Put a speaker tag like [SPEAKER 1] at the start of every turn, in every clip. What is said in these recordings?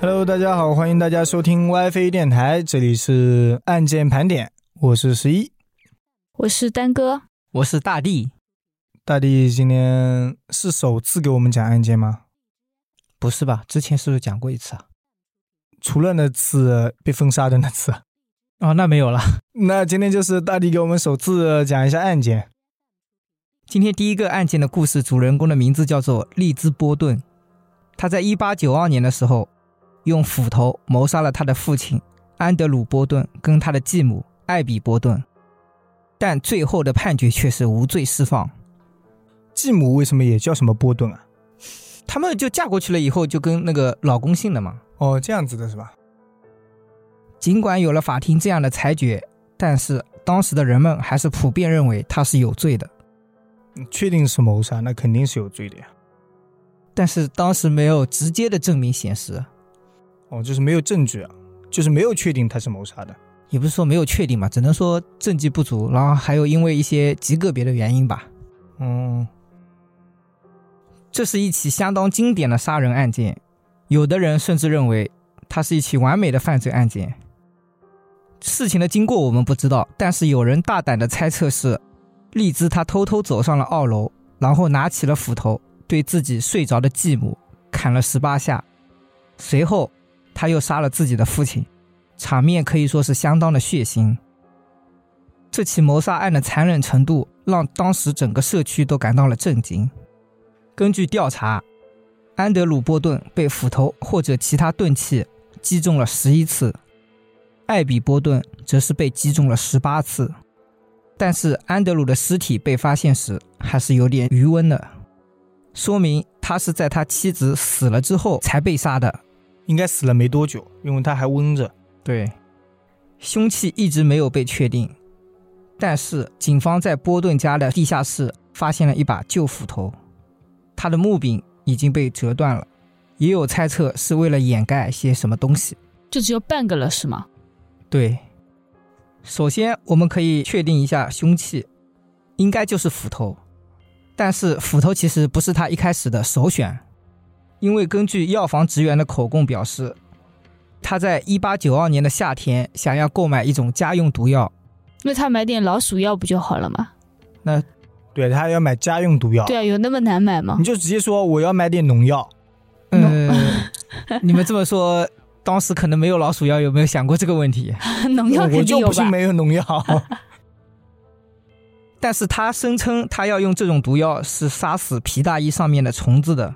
[SPEAKER 1] Hello，大家好，欢迎大家收听 WiFi 电台，这里是案件盘点，我是十一。
[SPEAKER 2] 我是丹哥，
[SPEAKER 3] 我是大地，
[SPEAKER 1] 大地今天是首次给我们讲案件吗？
[SPEAKER 3] 不是吧？之前是不是讲过一次啊？
[SPEAKER 1] 除了那次被封杀的那次，
[SPEAKER 3] 哦，那没有了。
[SPEAKER 1] 那今天就是大地给我们首次讲一下案件。
[SPEAKER 3] 今天第一个案件的故事主人公的名字叫做利兹·波顿，他在1892年的时候，用斧头谋杀了他的父亲安德鲁·波顿跟他的继母艾比·波顿，但最后的判决却是无罪释放。
[SPEAKER 1] 继母为什么也叫什么波顿啊？
[SPEAKER 3] 他们就嫁过去了以后，就跟那个老公姓了嘛。
[SPEAKER 1] 哦，这样子的是吧？
[SPEAKER 3] 尽管有了法庭这样的裁决，但是当时的人们还是普遍认为他是有罪的。
[SPEAKER 1] 嗯确定是谋杀，那肯定是有罪的呀。
[SPEAKER 3] 但是当时没有直接的证明显示，
[SPEAKER 1] 哦，就是没有证据啊，就是没有确定他是谋杀的。
[SPEAKER 3] 也不是说没有确定嘛，只能说证据不足，然后还有因为一些极个别的原因吧。
[SPEAKER 1] 嗯，
[SPEAKER 3] 这是一起相当经典的杀人案件，有的人甚至认为它是一起完美的犯罪案件。事情的经过我们不知道，但是有人大胆的猜测是，利兹他偷偷走上了二楼，然后拿起了斧头，对自己睡着的继母砍了十八下，随后他又杀了自己的父亲，场面可以说是相当的血腥。这起谋杀案的残忍程度让当时整个社区都感到了震惊。根据调查，安德鲁·波顿被斧头或者其他钝器击中了十一次，艾比·波顿则是被击中了十八次。但是安德鲁的尸体被发现时还是有点余温的，说明他是在他妻子死了之后才被杀的。
[SPEAKER 1] 应该死了没多久，因为他还温着。
[SPEAKER 3] 对，凶器一直没有被确定，但是警方在波顿家的地下室发现了一把旧斧头，它的木柄已经被折断了，也有猜测是为了掩盖些什么东西。
[SPEAKER 2] 就只有半个了是吗？
[SPEAKER 3] 对，首先我们可以确定一下凶器，应该就是斧头，但是斧头其实不是他一开始的首选，因为根据药房职员的口供表示，他在1892年的夏天想要购买一种家用毒药，
[SPEAKER 2] 那他买点老鼠药不就好了吗？
[SPEAKER 3] 那
[SPEAKER 1] 对他还要买家用毒药，
[SPEAKER 2] 对啊，有那么难买吗
[SPEAKER 1] 你？就直接说我要买点农药。
[SPEAKER 3] 呃， 你们这么说，当时可能没有老鼠药，有没有想过这个问题？
[SPEAKER 2] 农药
[SPEAKER 1] 我
[SPEAKER 2] 肯定
[SPEAKER 1] 就
[SPEAKER 2] 有
[SPEAKER 1] 不信
[SPEAKER 2] 吧？
[SPEAKER 1] 没有农 药。
[SPEAKER 3] 但是他声称他要用这种毒药是杀死皮大衣上面的虫子的，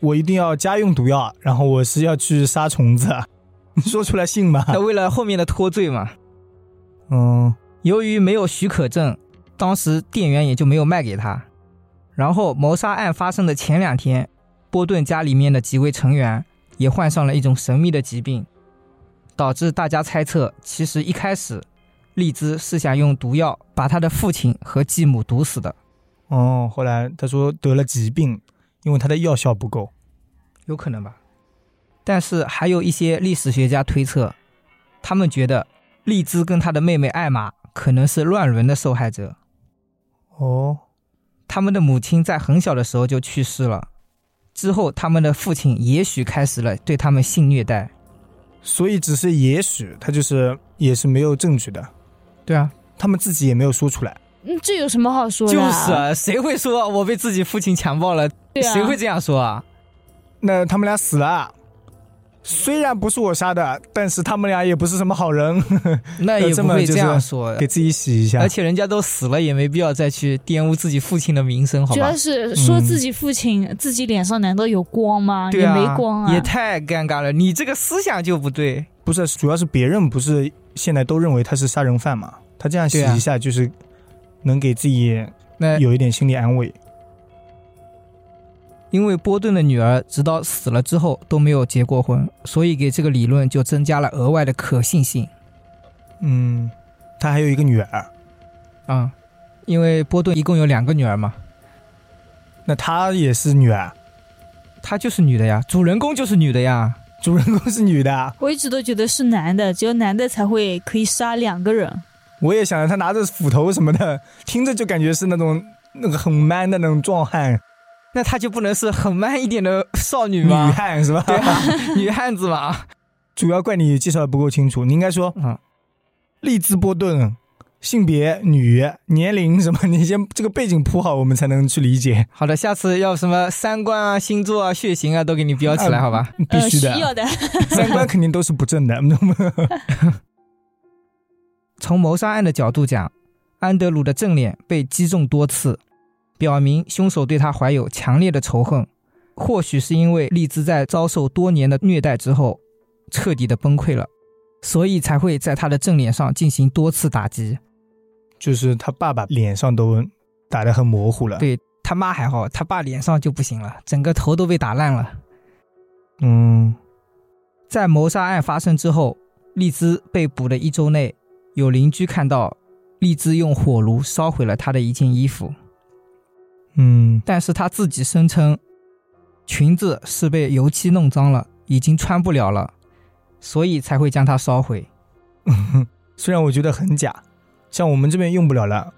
[SPEAKER 1] 我一定要家用毒药，然后我是要去杀虫子。 你说出来信吗？
[SPEAKER 3] 那为了后面的脱罪嘛，
[SPEAKER 1] 嗯，
[SPEAKER 3] 由于没有许可证，当时店员也就没有卖给他。然后谋杀案发生的前两天，波顿家里面的几位成员也患上了一种神秘的疾病，导致大家猜测，其实一开始，利兹是想用毒药把他的父亲和继母毒死的，
[SPEAKER 1] 哦，后来他说得了疾病，因为他的药效不够。
[SPEAKER 3] 有可能吧。但是还有一些历史学家推测，他们觉得利兹跟他的妹妹艾玛可能是乱伦的受害者。
[SPEAKER 1] 哦，
[SPEAKER 3] 他们的母亲在很小的时候就去世了，之后他们的父亲也许开始了对他们性虐待。
[SPEAKER 1] 所以只是也许他就是也是没有证据的，
[SPEAKER 3] 对啊，
[SPEAKER 1] 他们自己也没有说出来。
[SPEAKER 2] 嗯，这有什么好说
[SPEAKER 3] 就
[SPEAKER 2] 的、
[SPEAKER 3] 是，啊，谁会说我被自己父亲强暴了？
[SPEAKER 2] 对啊，
[SPEAKER 3] 谁会？这样说啊？
[SPEAKER 1] 那他们俩死了，啊虽然不是我杀的，但是他们俩也不是什么好 人，
[SPEAKER 3] 那也不会这样说。
[SPEAKER 1] 给自己洗一下
[SPEAKER 3] 而。且人家都死了，也没必要再去玷污自己父亲的名声，好
[SPEAKER 2] 主
[SPEAKER 3] 吧
[SPEAKER 2] 要？是说自己父亲、自己脸上难道有光吗？
[SPEAKER 3] 对啊，
[SPEAKER 2] 也没光啊。
[SPEAKER 3] 也太尴尬了。你这个思想就不对。
[SPEAKER 1] 不是，主要是别人不是现在都认为他是杀人犯嘛？他这样洗
[SPEAKER 3] 对啊
[SPEAKER 1] 一下，就是能给自己
[SPEAKER 3] 那
[SPEAKER 1] 有一点心理安慰。
[SPEAKER 3] 因为波顿的女儿直到死了之后都没有结过婚，所以给这个理论就增加了额外的可信性。
[SPEAKER 1] 嗯，他还有一个女儿，
[SPEAKER 3] 啊、因为波顿一共有两个女儿嘛，
[SPEAKER 1] 那她也是女儿，
[SPEAKER 3] 她就是女的呀，主人公就是女的呀。
[SPEAKER 1] 主人公是女的。啊
[SPEAKER 2] 我一直都觉得是男的，只有男的才会可以杀两个人。
[SPEAKER 1] 我也想着他拿着斧头什么的，听着就感觉是那种那个很 man 的那种壮汉。
[SPEAKER 3] 那她就不能是很 man 一点的少女
[SPEAKER 1] 女
[SPEAKER 3] 吗？
[SPEAKER 1] 汉是吧？
[SPEAKER 3] 对啊， 女汉子嘛。
[SPEAKER 1] 主要怪你介绍的不够清楚，你应该说
[SPEAKER 3] 嗯，
[SPEAKER 1] 利兹波顿，性别女，年龄什么，你先这个背景铺好，我们才能去理解。
[SPEAKER 3] 好的，下次要什么三观啊、星座啊、血型啊都给你标起来，
[SPEAKER 1] 嗯
[SPEAKER 3] 好吧？
[SPEAKER 1] 必
[SPEAKER 2] 呃，
[SPEAKER 1] 须
[SPEAKER 2] 需
[SPEAKER 1] 的，啊
[SPEAKER 2] 要的，
[SPEAKER 1] 三观肯定都是不正的。
[SPEAKER 3] 从谋杀案的角度讲，安德鲁的正脸被击中多次，表明凶手对他怀有强烈的仇恨。或许是因为利兹在遭受多年的虐待之后，彻底的崩溃了，所以才会在他的正脸上进行多次打击。
[SPEAKER 1] 就是他爸爸脸上都打得很模糊了。
[SPEAKER 3] 对他妈还好，他爸脸上就不行了，整个头都被打烂了。
[SPEAKER 1] 嗯，
[SPEAKER 3] 在谋杀案发生之后，利兹被捕的一周内，有邻居看到利兹用火炉烧毁了他的一件衣服，
[SPEAKER 1] 嗯
[SPEAKER 3] 但是他自己声称裙子是被油漆弄脏了，已经穿不了了，所以才会将它烧毁
[SPEAKER 1] 嗯，虽然我觉得很假，像我们这边用不了了，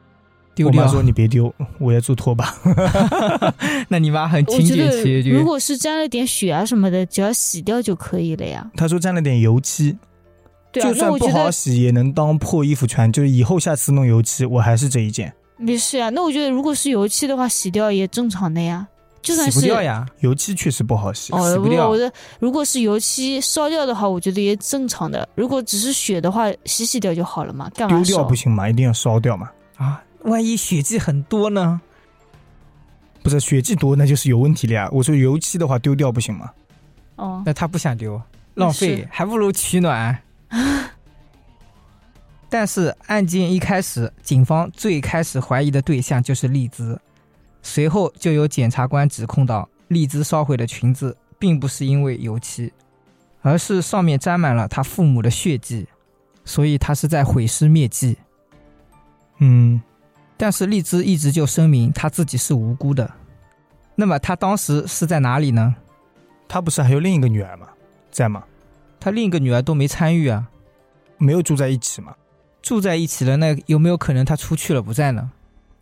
[SPEAKER 3] 丢
[SPEAKER 1] 我
[SPEAKER 3] 掉
[SPEAKER 1] 妈。说你别丢，我要做拖把。
[SPEAKER 3] 那你妈很
[SPEAKER 2] 我
[SPEAKER 3] 勤
[SPEAKER 2] 觉
[SPEAKER 3] 俭
[SPEAKER 2] 得
[SPEAKER 3] 持
[SPEAKER 2] 如
[SPEAKER 3] 家，
[SPEAKER 2] 果是沾了点血啊什么的，只要洗掉就可以了呀。
[SPEAKER 1] 她说沾了点油漆，
[SPEAKER 2] 对啊
[SPEAKER 1] 就，
[SPEAKER 2] 那
[SPEAKER 1] 算
[SPEAKER 2] 我
[SPEAKER 1] 不
[SPEAKER 2] 觉
[SPEAKER 1] 好
[SPEAKER 2] 得
[SPEAKER 1] 洗也能当破衣服穿，就是以后下次弄油漆，我还是这一件。
[SPEAKER 2] 没事啊。那我觉得如果是油漆的话，洗掉也正常的呀。就算
[SPEAKER 3] 洗不
[SPEAKER 2] 是
[SPEAKER 3] 掉呀。
[SPEAKER 1] 油漆确实不好洗，
[SPEAKER 2] 哦，
[SPEAKER 3] 洗不掉
[SPEAKER 2] 我的如果是油漆烧掉的话，我觉得也正常的。如果只是血的话，洗洗掉就好了嘛，干嘛
[SPEAKER 1] 丢掉
[SPEAKER 2] 烧？
[SPEAKER 1] 不行嘛，一定要烧掉嘛。
[SPEAKER 3] 啊，万一血迹很多呢？
[SPEAKER 1] 不是血迹多，那就是有问题了呀。我说油漆的话丢掉不行吗？
[SPEAKER 2] 哦，
[SPEAKER 3] 那他不想丢，浪费
[SPEAKER 2] 是，
[SPEAKER 3] 还不如取暖。 但是案件一开始，警方最开始怀疑的对象就是丽兹，随后就有检察官指控到，丽兹烧毁的裙子并不是因为油漆，而是上面沾满了她父母的血迹，所以她是在毁尸灭迹。
[SPEAKER 1] 嗯，
[SPEAKER 3] 但是丽兹一直就声明她自己是无辜的。那么她当时是在哪里呢？
[SPEAKER 1] 她不是还有另一个女儿吗？在吗？
[SPEAKER 3] 她另一个女儿都没参与啊。
[SPEAKER 1] 没有住在一起吗？
[SPEAKER 3] 住在一起了，那有没有可能他出去了不在呢？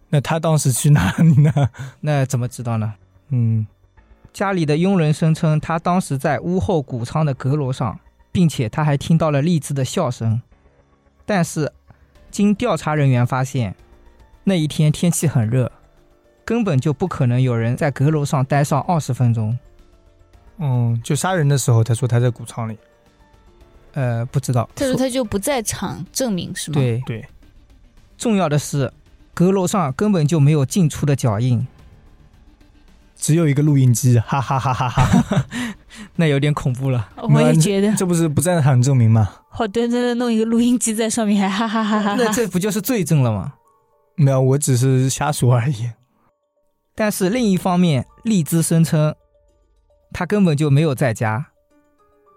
[SPEAKER 1] 那她当时去哪里呢？
[SPEAKER 3] 那怎么知道呢？
[SPEAKER 1] 嗯
[SPEAKER 3] 家里的佣人声称，他当时在屋后谷仓的阁楼上，并且他还听到了荔枝的笑声。但是，经调查人员发现，那一天天气很热，根本就不可能有人在阁楼上待上二十分钟。
[SPEAKER 1] 嗯，就杀人的时候，她说她在谷仓里。
[SPEAKER 3] 呃，不知道。
[SPEAKER 2] 他说他就不在场证明是吗？，
[SPEAKER 3] 对，
[SPEAKER 1] 对，
[SPEAKER 3] 重要的是，阁楼上根本就没有进出的脚印，
[SPEAKER 1] 只有一个录音机，哈哈哈哈哈！
[SPEAKER 3] 那有点恐怖了。
[SPEAKER 2] 哦我也觉得。
[SPEAKER 1] 这不是不在场证明吗？
[SPEAKER 2] 好端端的弄一个录音机在上面，还哈哈啊哈哈
[SPEAKER 3] 那
[SPEAKER 2] 哈。
[SPEAKER 3] 这不就是罪证了吗？
[SPEAKER 1] 没有，我只是瞎说而已。
[SPEAKER 3] 但是另一方面，利兹声称他根本就没有在家，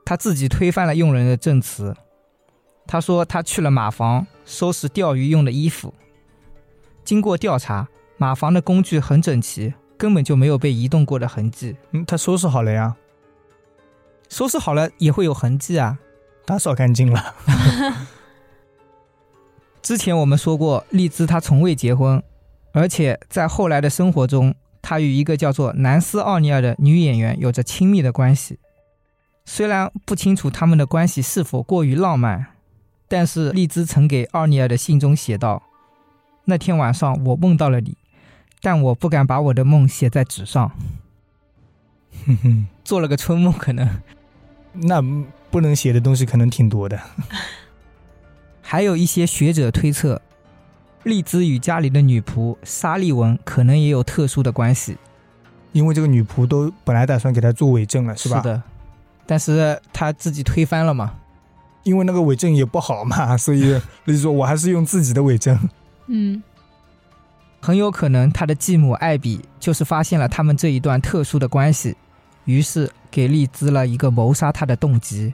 [SPEAKER 3] 他自己推翻了佣人的证词。他说他去了马房收拾钓鱼用的衣服。经过调查，马房的工具很整齐，根本就没有被移动过的痕迹。
[SPEAKER 1] 嗯，她收拾好了呀，
[SPEAKER 3] 收拾好了也会有痕迹啊。
[SPEAKER 1] 打扫干净了。
[SPEAKER 3] 之前我们说过，利兹她从未结婚，而且在后来的生活中，她与一个叫做南斯·奥尼尔的女演员有着亲密的关系。虽然不清楚他们的关系是否过于浪漫，但是利兹曾给奥尼尔的信中写道：“那天晚上我梦到了你，但我不敢把我的梦写在纸上，
[SPEAKER 1] 哼嗯哼，
[SPEAKER 3] 做了个春梦可能。”
[SPEAKER 1] 那不能写的东西可能挺多的。
[SPEAKER 3] 还有一些学者推测，利兹与家里的女仆沙利文可能也有特殊的关系。
[SPEAKER 1] 因为这个女仆都本来打算给她做伪证了，是吧？
[SPEAKER 3] 的，但是他自己推翻了嘛。
[SPEAKER 1] 因为那个伪证也不好嘛， 所以丽说我还是用自己的伪证。
[SPEAKER 2] 嗯，
[SPEAKER 3] 很有可能他的继母艾比就是发现了他们这一段特殊的关系，于是给利兹了一个谋杀他的动机。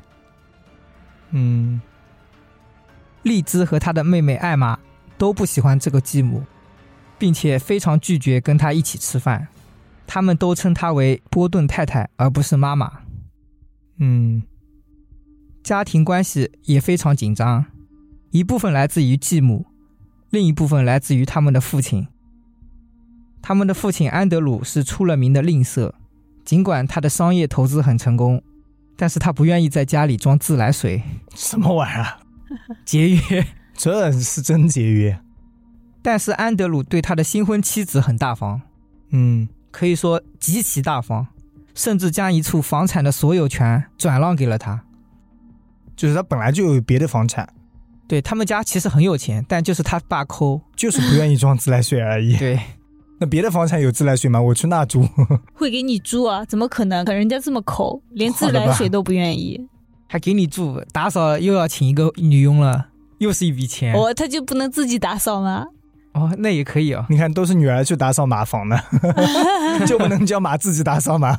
[SPEAKER 1] 嗯，
[SPEAKER 3] 利兹和他的妹妹艾玛都不喜欢这个继母，并且非常拒绝跟他一起吃饭。他们都称她为波顿太太，而不是妈妈。
[SPEAKER 1] 嗯，
[SPEAKER 3] 家庭关系也非常紧张，一部分来自于继母，另一部分来自于他们的父亲。他们的父亲安德鲁是出了名的吝啬，尽管他的商业投资很成功，但是他不愿意在家里装自来水，
[SPEAKER 1] 什么玩意儿？啊
[SPEAKER 3] 节约。
[SPEAKER 1] 这是真节约。
[SPEAKER 3] 但是安德鲁对他的新婚妻子很大方，
[SPEAKER 1] 嗯，
[SPEAKER 3] 可以说极其大方，甚至将一处房产的所有权转让给了他。
[SPEAKER 1] 就是他本来就有别的房产，
[SPEAKER 3] 对他们家其实很有钱，但就是他爸抠。
[SPEAKER 1] 就是不愿意装自来水而已。
[SPEAKER 3] 对，
[SPEAKER 1] 那别的房产有自来水吗？我去那住。
[SPEAKER 2] 会给你住啊？怎么可能？可人家这么抠，连
[SPEAKER 1] 好
[SPEAKER 2] 自
[SPEAKER 1] 的吧
[SPEAKER 2] 来水都不 愿意，
[SPEAKER 3] 还给你住，打扫又要请一个女佣了，又是一笔
[SPEAKER 1] 哎
[SPEAKER 3] 钱。
[SPEAKER 2] 哦，他就不能自己打扫吗？
[SPEAKER 3] 哦，那也可以哦。
[SPEAKER 1] 你看，都是女儿去打扫马房的， 就不能叫马自己打扫吗？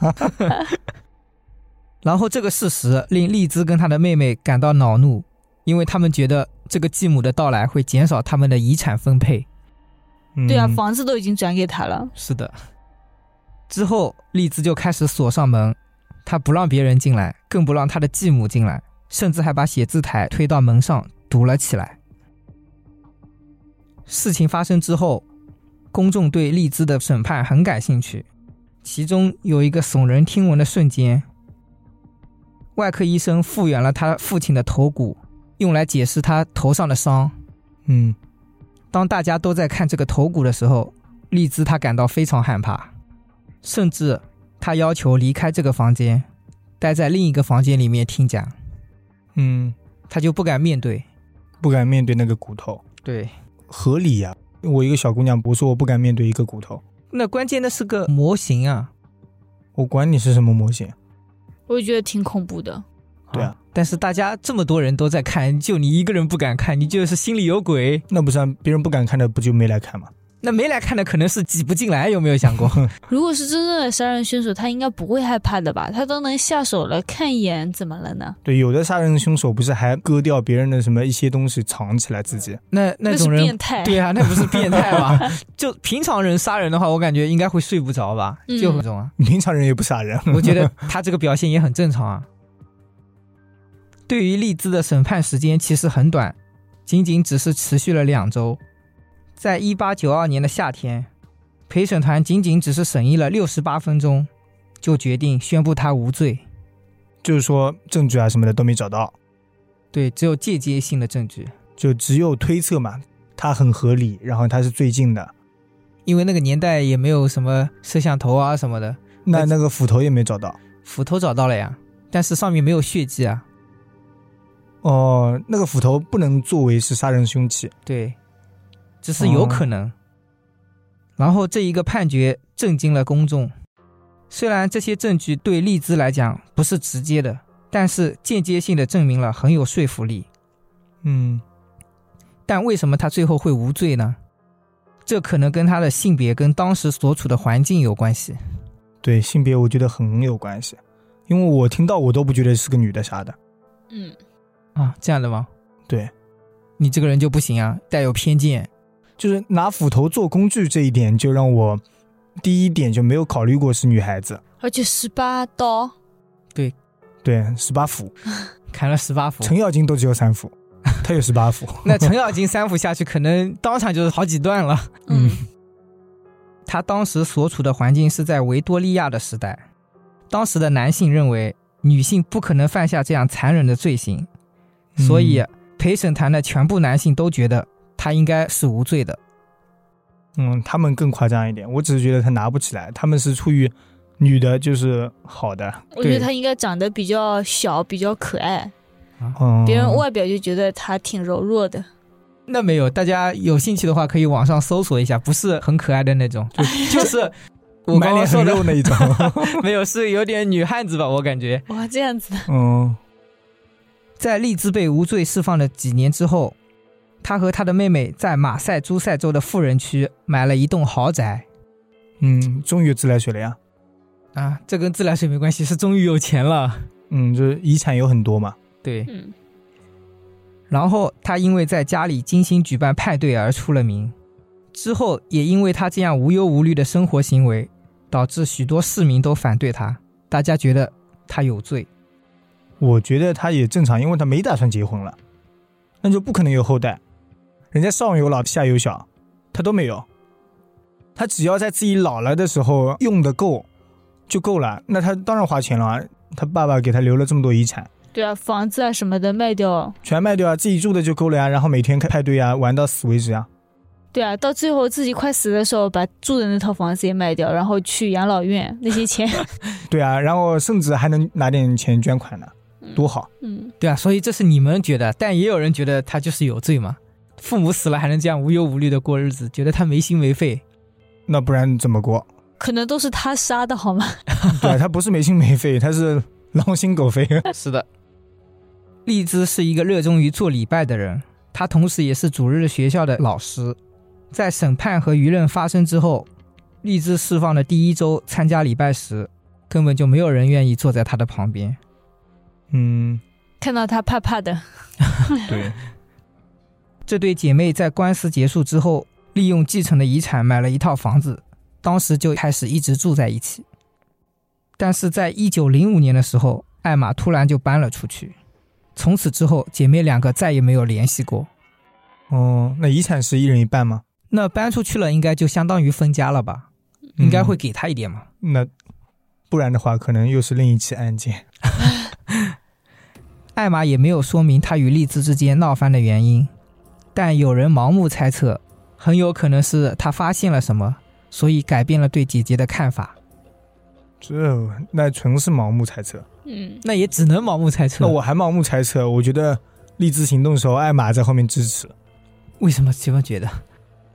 [SPEAKER 3] 然后这个事实令丽兹跟她的妹妹感到恼怒，因为他们觉得这个继母的到来会减少他们的遗产分配。
[SPEAKER 1] 嗯
[SPEAKER 2] 对啊，房子都已经转给他了，
[SPEAKER 3] 是的。之后，丽兹就开始锁上门，她不让别人进来，更不让她的继母进来，甚至还把写字台推到门上堵了起来。事情发生之后，公众对丽兹的审判很感兴趣，其中有一个耸人听闻的瞬间：外科医生复原了他父亲的头骨，用来解释他头上的伤。
[SPEAKER 1] 嗯，
[SPEAKER 3] 当大家都在看这个头骨的时候，丽兹她感到非常害怕，甚至她要求离开这个房间，待在另一个房间里面听讲，
[SPEAKER 1] 嗯，
[SPEAKER 3] 她就不敢面对。
[SPEAKER 1] 不敢面对那个骨头，
[SPEAKER 3] 对，
[SPEAKER 1] 合理呀、我一个小姑娘，不是我不敢面对一个骨头，
[SPEAKER 3] 那关键的是个模型啊，
[SPEAKER 1] 我管你是什么模型，
[SPEAKER 2] 我觉得挺恐怖的。
[SPEAKER 1] 对啊
[SPEAKER 3] 但是大家这么多人都在看，就你一个人不敢看，你就是心里有鬼。
[SPEAKER 1] 那不是让别人不敢看的，不就没来看吗？
[SPEAKER 3] 那没来看的可能是挤不进来，有没有 想过？
[SPEAKER 2] 如果是真正的杀人凶手，他应该不会害怕的吧？他都能下手了，看一眼怎么了呢？
[SPEAKER 1] 对，有的杀人凶手不是还割掉别人的什么一些东西藏起来自己？
[SPEAKER 3] 那那种
[SPEAKER 2] 是
[SPEAKER 3] 人
[SPEAKER 2] 变态，
[SPEAKER 3] 对啊，那不是变态 吗？就平常人杀人的话，我感觉应该会睡不着吧，
[SPEAKER 2] 嗯
[SPEAKER 3] 就那种啊。
[SPEAKER 1] 平常人也不杀人，
[SPEAKER 3] 我觉得他这个表现也很正常啊。对于利兹的审判时间其实很短，仅仅只是持续了两周。在一八九二年的夏天，陪审团仅仅只是审议了六十八分钟，就决定宣布他无罪。
[SPEAKER 1] 就是说证据啊什么的都没找到，
[SPEAKER 3] 对，只有间接性的证据，
[SPEAKER 1] 就只有推测嘛，它很合理，然后它是最近的，
[SPEAKER 3] 因为那个年代也没有什么摄像头啊什么的，
[SPEAKER 1] 那
[SPEAKER 3] 那
[SPEAKER 1] 那个斧头也没找到。
[SPEAKER 3] 斧头找到了呀，但是上面没有血迹啊。
[SPEAKER 1] 哦，那个斧头不能作为是杀人凶器。
[SPEAKER 3] 对，只是有可能。然后这一个判决震惊了公众，虽然这些证据对利兹来讲不是直接的，但是间接性的证明了很有说服力。
[SPEAKER 1] 嗯，
[SPEAKER 3] 但为什么他最后会无罪呢？这可能跟他的性别跟当时所处的环境有关系。
[SPEAKER 1] 对，性别我觉得很有关系，因为我听到我都不觉得是个女的杀的。
[SPEAKER 2] 嗯，
[SPEAKER 3] 啊，这样的吗？
[SPEAKER 1] 对，
[SPEAKER 3] 你这个人就不行啊，带有偏见。
[SPEAKER 1] 就是拿斧头做工具这一点，就让我第一点就没有考虑过是女孩子。
[SPEAKER 2] 而且十八刀，
[SPEAKER 1] 对，十八斧，
[SPEAKER 3] 砍了十八斧，
[SPEAKER 1] 程咬金都只有三斧，他有十八斧。
[SPEAKER 3] 那程咬金三斧下去，可能当场就是好几段了。
[SPEAKER 2] 嗯，
[SPEAKER 3] 他当时所处的环境是在维多利亚的时代，当时的男性认为女性不可能犯下这样残忍的罪行，
[SPEAKER 1] 嗯
[SPEAKER 3] 所以陪审团的全部男性都觉得他应该是无罪的。
[SPEAKER 1] 嗯，他们更夸张一点，我只是觉得他拿不起来，他们是出于女的就是好的，
[SPEAKER 2] 我觉
[SPEAKER 3] 对
[SPEAKER 2] 得他应该长得比较小，比较可爱，
[SPEAKER 1] 嗯，
[SPEAKER 2] 别人外表就觉得他挺柔弱的。
[SPEAKER 3] 那没有，大家有兴趣的话可以网上搜索一下，不是很可爱的那种，就就是我
[SPEAKER 1] 满
[SPEAKER 3] 刚刚
[SPEAKER 1] 脸
[SPEAKER 3] 说
[SPEAKER 1] 很
[SPEAKER 3] 的
[SPEAKER 1] 肉那一 种。
[SPEAKER 3] 没有，是有点女汉子吧，我感觉。
[SPEAKER 2] 哇，这样子的，
[SPEAKER 1] 嗯，
[SPEAKER 3] 在利兹被无罪释放的几年之后，他和他的妹妹在马赛诸塞州的富人区买了一栋豪宅。
[SPEAKER 1] 嗯，终于有自来水了呀。
[SPEAKER 3] 啊，这跟自来水没关系，是终于有钱了。
[SPEAKER 1] 嗯，就是遗产有很多嘛。
[SPEAKER 3] 对，
[SPEAKER 2] 嗯，
[SPEAKER 3] 然后他因为在家里精心举办派对而出了名，之后也因为他这样无忧无虑的生活行为，导致许多市民都反对他，大家觉得他有罪。
[SPEAKER 1] 我觉得他也正常，因为他没打算结婚了，那就不可能有后代。人家上有老下有小，他都没有。他只要在自己老了的时候用的够，就够了。那他当然花钱了啊，他爸爸给他留了这么多遗产，
[SPEAKER 2] 对啊，房子啊什么的卖掉，
[SPEAKER 1] 全卖掉啊，自己住的就够了呀、然后每天开派对啊，玩到死为止啊。
[SPEAKER 2] 对啊，到最后自己快死的时候，把住的那套房子也卖掉，然后去养老院，那些钱，
[SPEAKER 1] 对啊，然后甚至还能拿点钱捐款呢，多好。
[SPEAKER 2] 嗯，
[SPEAKER 3] 对啊，所以这是你们觉得，但也有人觉得他就是有罪嘛。父母死了还能这样无忧无虑的过日子，觉得他没心没肺。
[SPEAKER 1] 那不然怎么过？
[SPEAKER 2] 可能都是他杀的好吗？
[SPEAKER 1] 对、啊，他不是没心没肺，他是狼心狗肺。
[SPEAKER 3] 是的，荔枝是一个热衷于做礼拜的人，他同时也是主日学校的老师。在审判和舆论发生之后，荔枝释放的第一周参加礼拜时，根本就没有人愿意坐在他的旁边。
[SPEAKER 1] 嗯，
[SPEAKER 2] 看到他怕怕的，
[SPEAKER 1] 对，
[SPEAKER 3] 这对姐妹在官司结束之后，利用继承的遗产买了一套房子，当时就开始一直住在一起。但是在一九零五年的时候，艾玛突然就搬了出去，从此之后，姐妹两个再也没有联系过。
[SPEAKER 1] 哦，那遗产是一人一半吗？
[SPEAKER 3] 那搬出去了，应该就相当于分家了吧？应该会给她一点嘛。
[SPEAKER 1] 嗯。那不然的话，可能又是另一起案件。
[SPEAKER 3] 艾玛也没有说明她与荔枝之间闹翻的原因，但有人盲目猜测，很有可能是她发现了什么，所以改变了对姐姐的看法。
[SPEAKER 1] 这那纯是盲目猜测。
[SPEAKER 2] 嗯，
[SPEAKER 3] 那也只能盲目猜测。
[SPEAKER 1] 那我还盲目猜测，我觉得荔枝行动的时候，艾玛在后面支持。
[SPEAKER 3] 为什么这么觉得？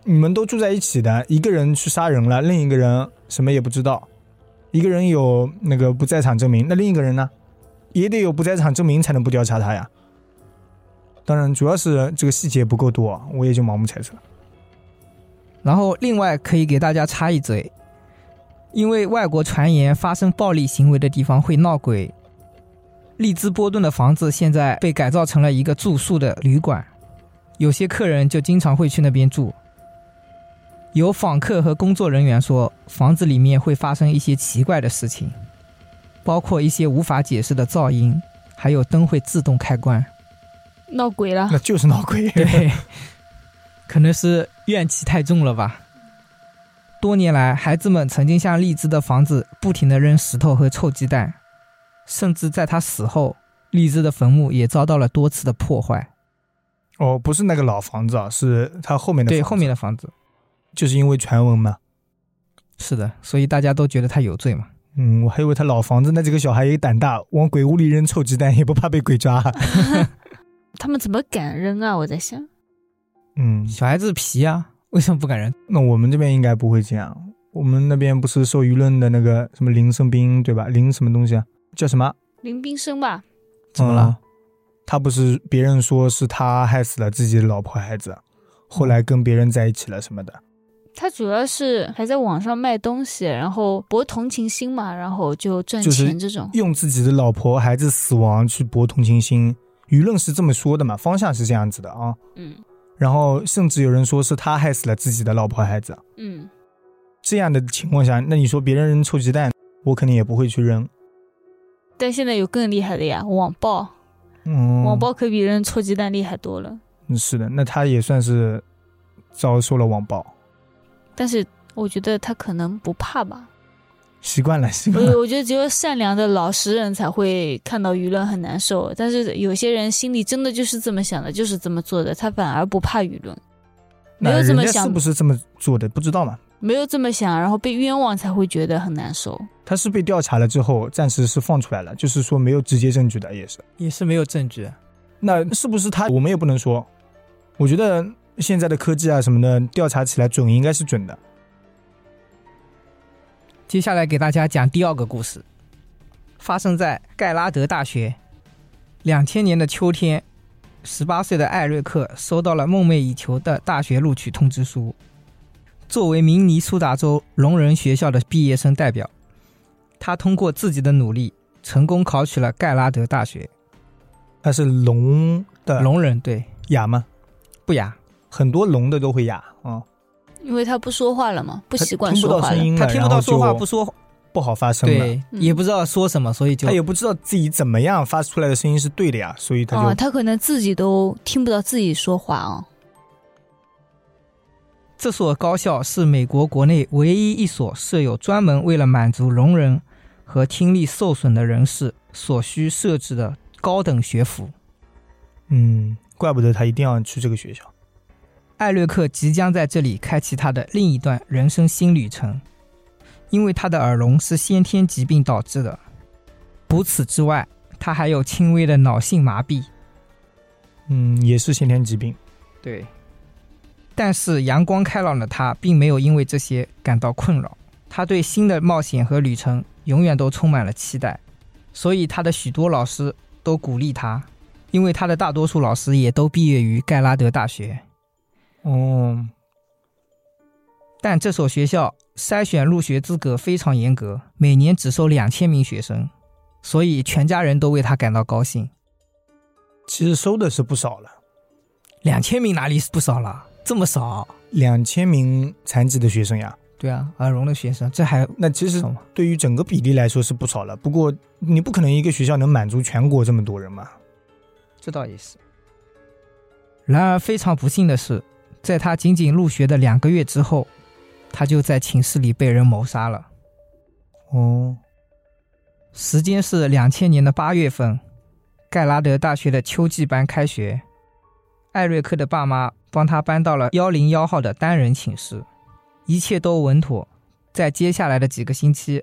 [SPEAKER 1] 你们都住在一起的，一个人去杀人了，另一个人什么也不知道，一个人有那个不在场证明，那另一个人呢，也得有不在场证明才能不调查他呀。当然，主要是这个细节不够多，我也就盲目猜测。
[SPEAKER 3] 然后另外可以给大家插一嘴，因为外国传言发生暴力行为的地方会闹鬼。利兹波顿的房子现在被改造成了一个住宿的旅馆，有些客人就经常会去那边住。有访客和工作人员说，房子里面会发生一些奇怪的事情，包括一些无法解释的噪音，还有灯会自动开关。
[SPEAKER 2] 闹鬼了，
[SPEAKER 1] 那就是闹鬼。
[SPEAKER 3] 啊 对，可能是怨气太重了吧。多年来，孩子们曾经向荔枝的房子不停地扔石头和臭鸡蛋，甚至在他死后，荔枝的坟墓也遭到了多次的破坏。
[SPEAKER 1] 哦，不是那个老房子啊，是他后面的房
[SPEAKER 3] 对，
[SPEAKER 1] 子
[SPEAKER 3] 后面的房子
[SPEAKER 1] 就是因为传闻嘛。
[SPEAKER 3] 是的，所以大家都觉得他有罪嘛。
[SPEAKER 1] 嗯，我还以为他老房子，那这个小孩也胆大，往鬼屋里扔臭鸡蛋也不怕被鬼抓。
[SPEAKER 2] 他们怎么敢扔啊？我在想，
[SPEAKER 1] 嗯，
[SPEAKER 3] 小孩子皮啊，为什么不敢扔？
[SPEAKER 1] 那我们这边应该不会这样。我们那边不是受舆论的那个什么林生斌对吧？林什么东西啊？叫什么？
[SPEAKER 2] 林冰生吧，
[SPEAKER 3] 怎么了
[SPEAKER 1] 嗯他不是别人说是他害死了自己的老婆孩子，后来跟别人在一起了什么的。
[SPEAKER 2] 他主要是还在网上卖东西，然后博同情心嘛，然后就赚
[SPEAKER 1] 就是
[SPEAKER 2] 钱这种。
[SPEAKER 1] 用自己的老婆孩子死亡去博同情心，舆论是这么说的嘛，方向是这样子的啊。
[SPEAKER 2] 嗯
[SPEAKER 1] 然后甚至有人说是他害死了自己的老婆孩子，
[SPEAKER 2] 嗯，
[SPEAKER 1] 这样的情况下，那你说别人扔臭鸡蛋，我肯定也不会去扔。
[SPEAKER 2] 但现在有更厉害的呀，网暴，
[SPEAKER 1] 嗯，
[SPEAKER 2] 网暴可比扔臭鸡蛋厉害多了。
[SPEAKER 1] 是的，那他也算是遭受了网暴，
[SPEAKER 2] 但是我觉得他可能不怕 吧，
[SPEAKER 1] 习惯了，习惯了。
[SPEAKER 2] 我我觉得只有善良的老实人才会看到舆论很难受，但是有些人心里真的就是这么想的，就是这么做的，他反而不怕舆论，没
[SPEAKER 1] 那
[SPEAKER 2] 有这
[SPEAKER 1] 人
[SPEAKER 2] 么
[SPEAKER 1] 家
[SPEAKER 2] 想
[SPEAKER 1] 是不是这么做的？不知道嘛。
[SPEAKER 2] 没有这么想，然后被冤枉才会觉得很难受。
[SPEAKER 1] 他是被调查了之后，暂时是放出来了，就是说没有直接证据的，也是。
[SPEAKER 3] 也是没有证据。
[SPEAKER 1] 那是不是他？我们也不能说。我觉得现在的科技啊什么的，调查起来准应该是准的。
[SPEAKER 3] 接下来给大家讲第二个故事，发生在盖拉德大学。两千年的秋天，十八岁的艾瑞克收到了梦寐以求的大学录取通知书。作为明尼苏达州聋人学校的毕业生代表，他通过自己的努力，成功考取了盖拉德大学。
[SPEAKER 1] 他是聋的
[SPEAKER 3] 聋人对
[SPEAKER 1] 哑吗？
[SPEAKER 3] 不哑，
[SPEAKER 1] 很多聋的都会哑啊，
[SPEAKER 2] 因为他不说话了嘛，不
[SPEAKER 1] 不
[SPEAKER 2] 习惯
[SPEAKER 1] 听不
[SPEAKER 2] 说
[SPEAKER 1] 到
[SPEAKER 2] 话
[SPEAKER 1] 声
[SPEAKER 2] 了。
[SPEAKER 1] 音了，啊
[SPEAKER 3] 他听不到说
[SPEAKER 1] 嗯
[SPEAKER 3] 话
[SPEAKER 1] 然后就
[SPEAKER 3] 不说，
[SPEAKER 1] 不好发声了。
[SPEAKER 3] 对，
[SPEAKER 2] 嗯
[SPEAKER 3] 也不知道说什么，所以就
[SPEAKER 1] 他也不知道自己怎么样发出来的声音是对的呀，所以他
[SPEAKER 2] 哦
[SPEAKER 1] 就、
[SPEAKER 2] 哦，他可能自己都听不到自己说话啊、
[SPEAKER 3] 这所高校是美国国内唯一一所设有专门为了满足聋人和听力受损的人士所需设置的高等学府。
[SPEAKER 1] 嗯，怪不得他一定要去这个学校。
[SPEAKER 3] 艾略克即将在这里开启他的另一段人生新旅程，因为他的耳聋是先天疾病导致的。除此之外，他还有轻微的脑性麻痹。
[SPEAKER 1] 嗯，也是先天疾病。
[SPEAKER 3] 对，但是阳光开朗的他并没有因为这些感到困扰，他对新的冒险和旅程永远都充满了期待，所以他的许多老师都鼓励他，因为他的大多数老师也都毕业于盖拉德大学。
[SPEAKER 1] 哦，
[SPEAKER 3] 但这所学校筛选入学资格非常严格，每年只收两千名学生，所以全家人都为他感到高兴。
[SPEAKER 1] 其实收的是不少了，
[SPEAKER 3] 两千名哪里是不少了？这么少？
[SPEAKER 1] 两千名残疾的学生呀。
[SPEAKER 3] 对啊，耳聋的学生，这还
[SPEAKER 1] 那其实
[SPEAKER 3] 少吗？
[SPEAKER 1] 对于整个比例来说是不少了，不过你不可能一个学校能满足全国这么多 人嘛。
[SPEAKER 3] 这倒也是。然而非常不幸的是，在他仅仅入学的两个月之后，他就在寝室里被人谋杀了。
[SPEAKER 1] 哦，
[SPEAKER 3] 时间是两千年的八月份，盖拉德大学的秋季班开学，艾瑞克的爸妈帮他搬到了幺零幺号的单人寝室，一切都稳妥。在接下来的几个星期，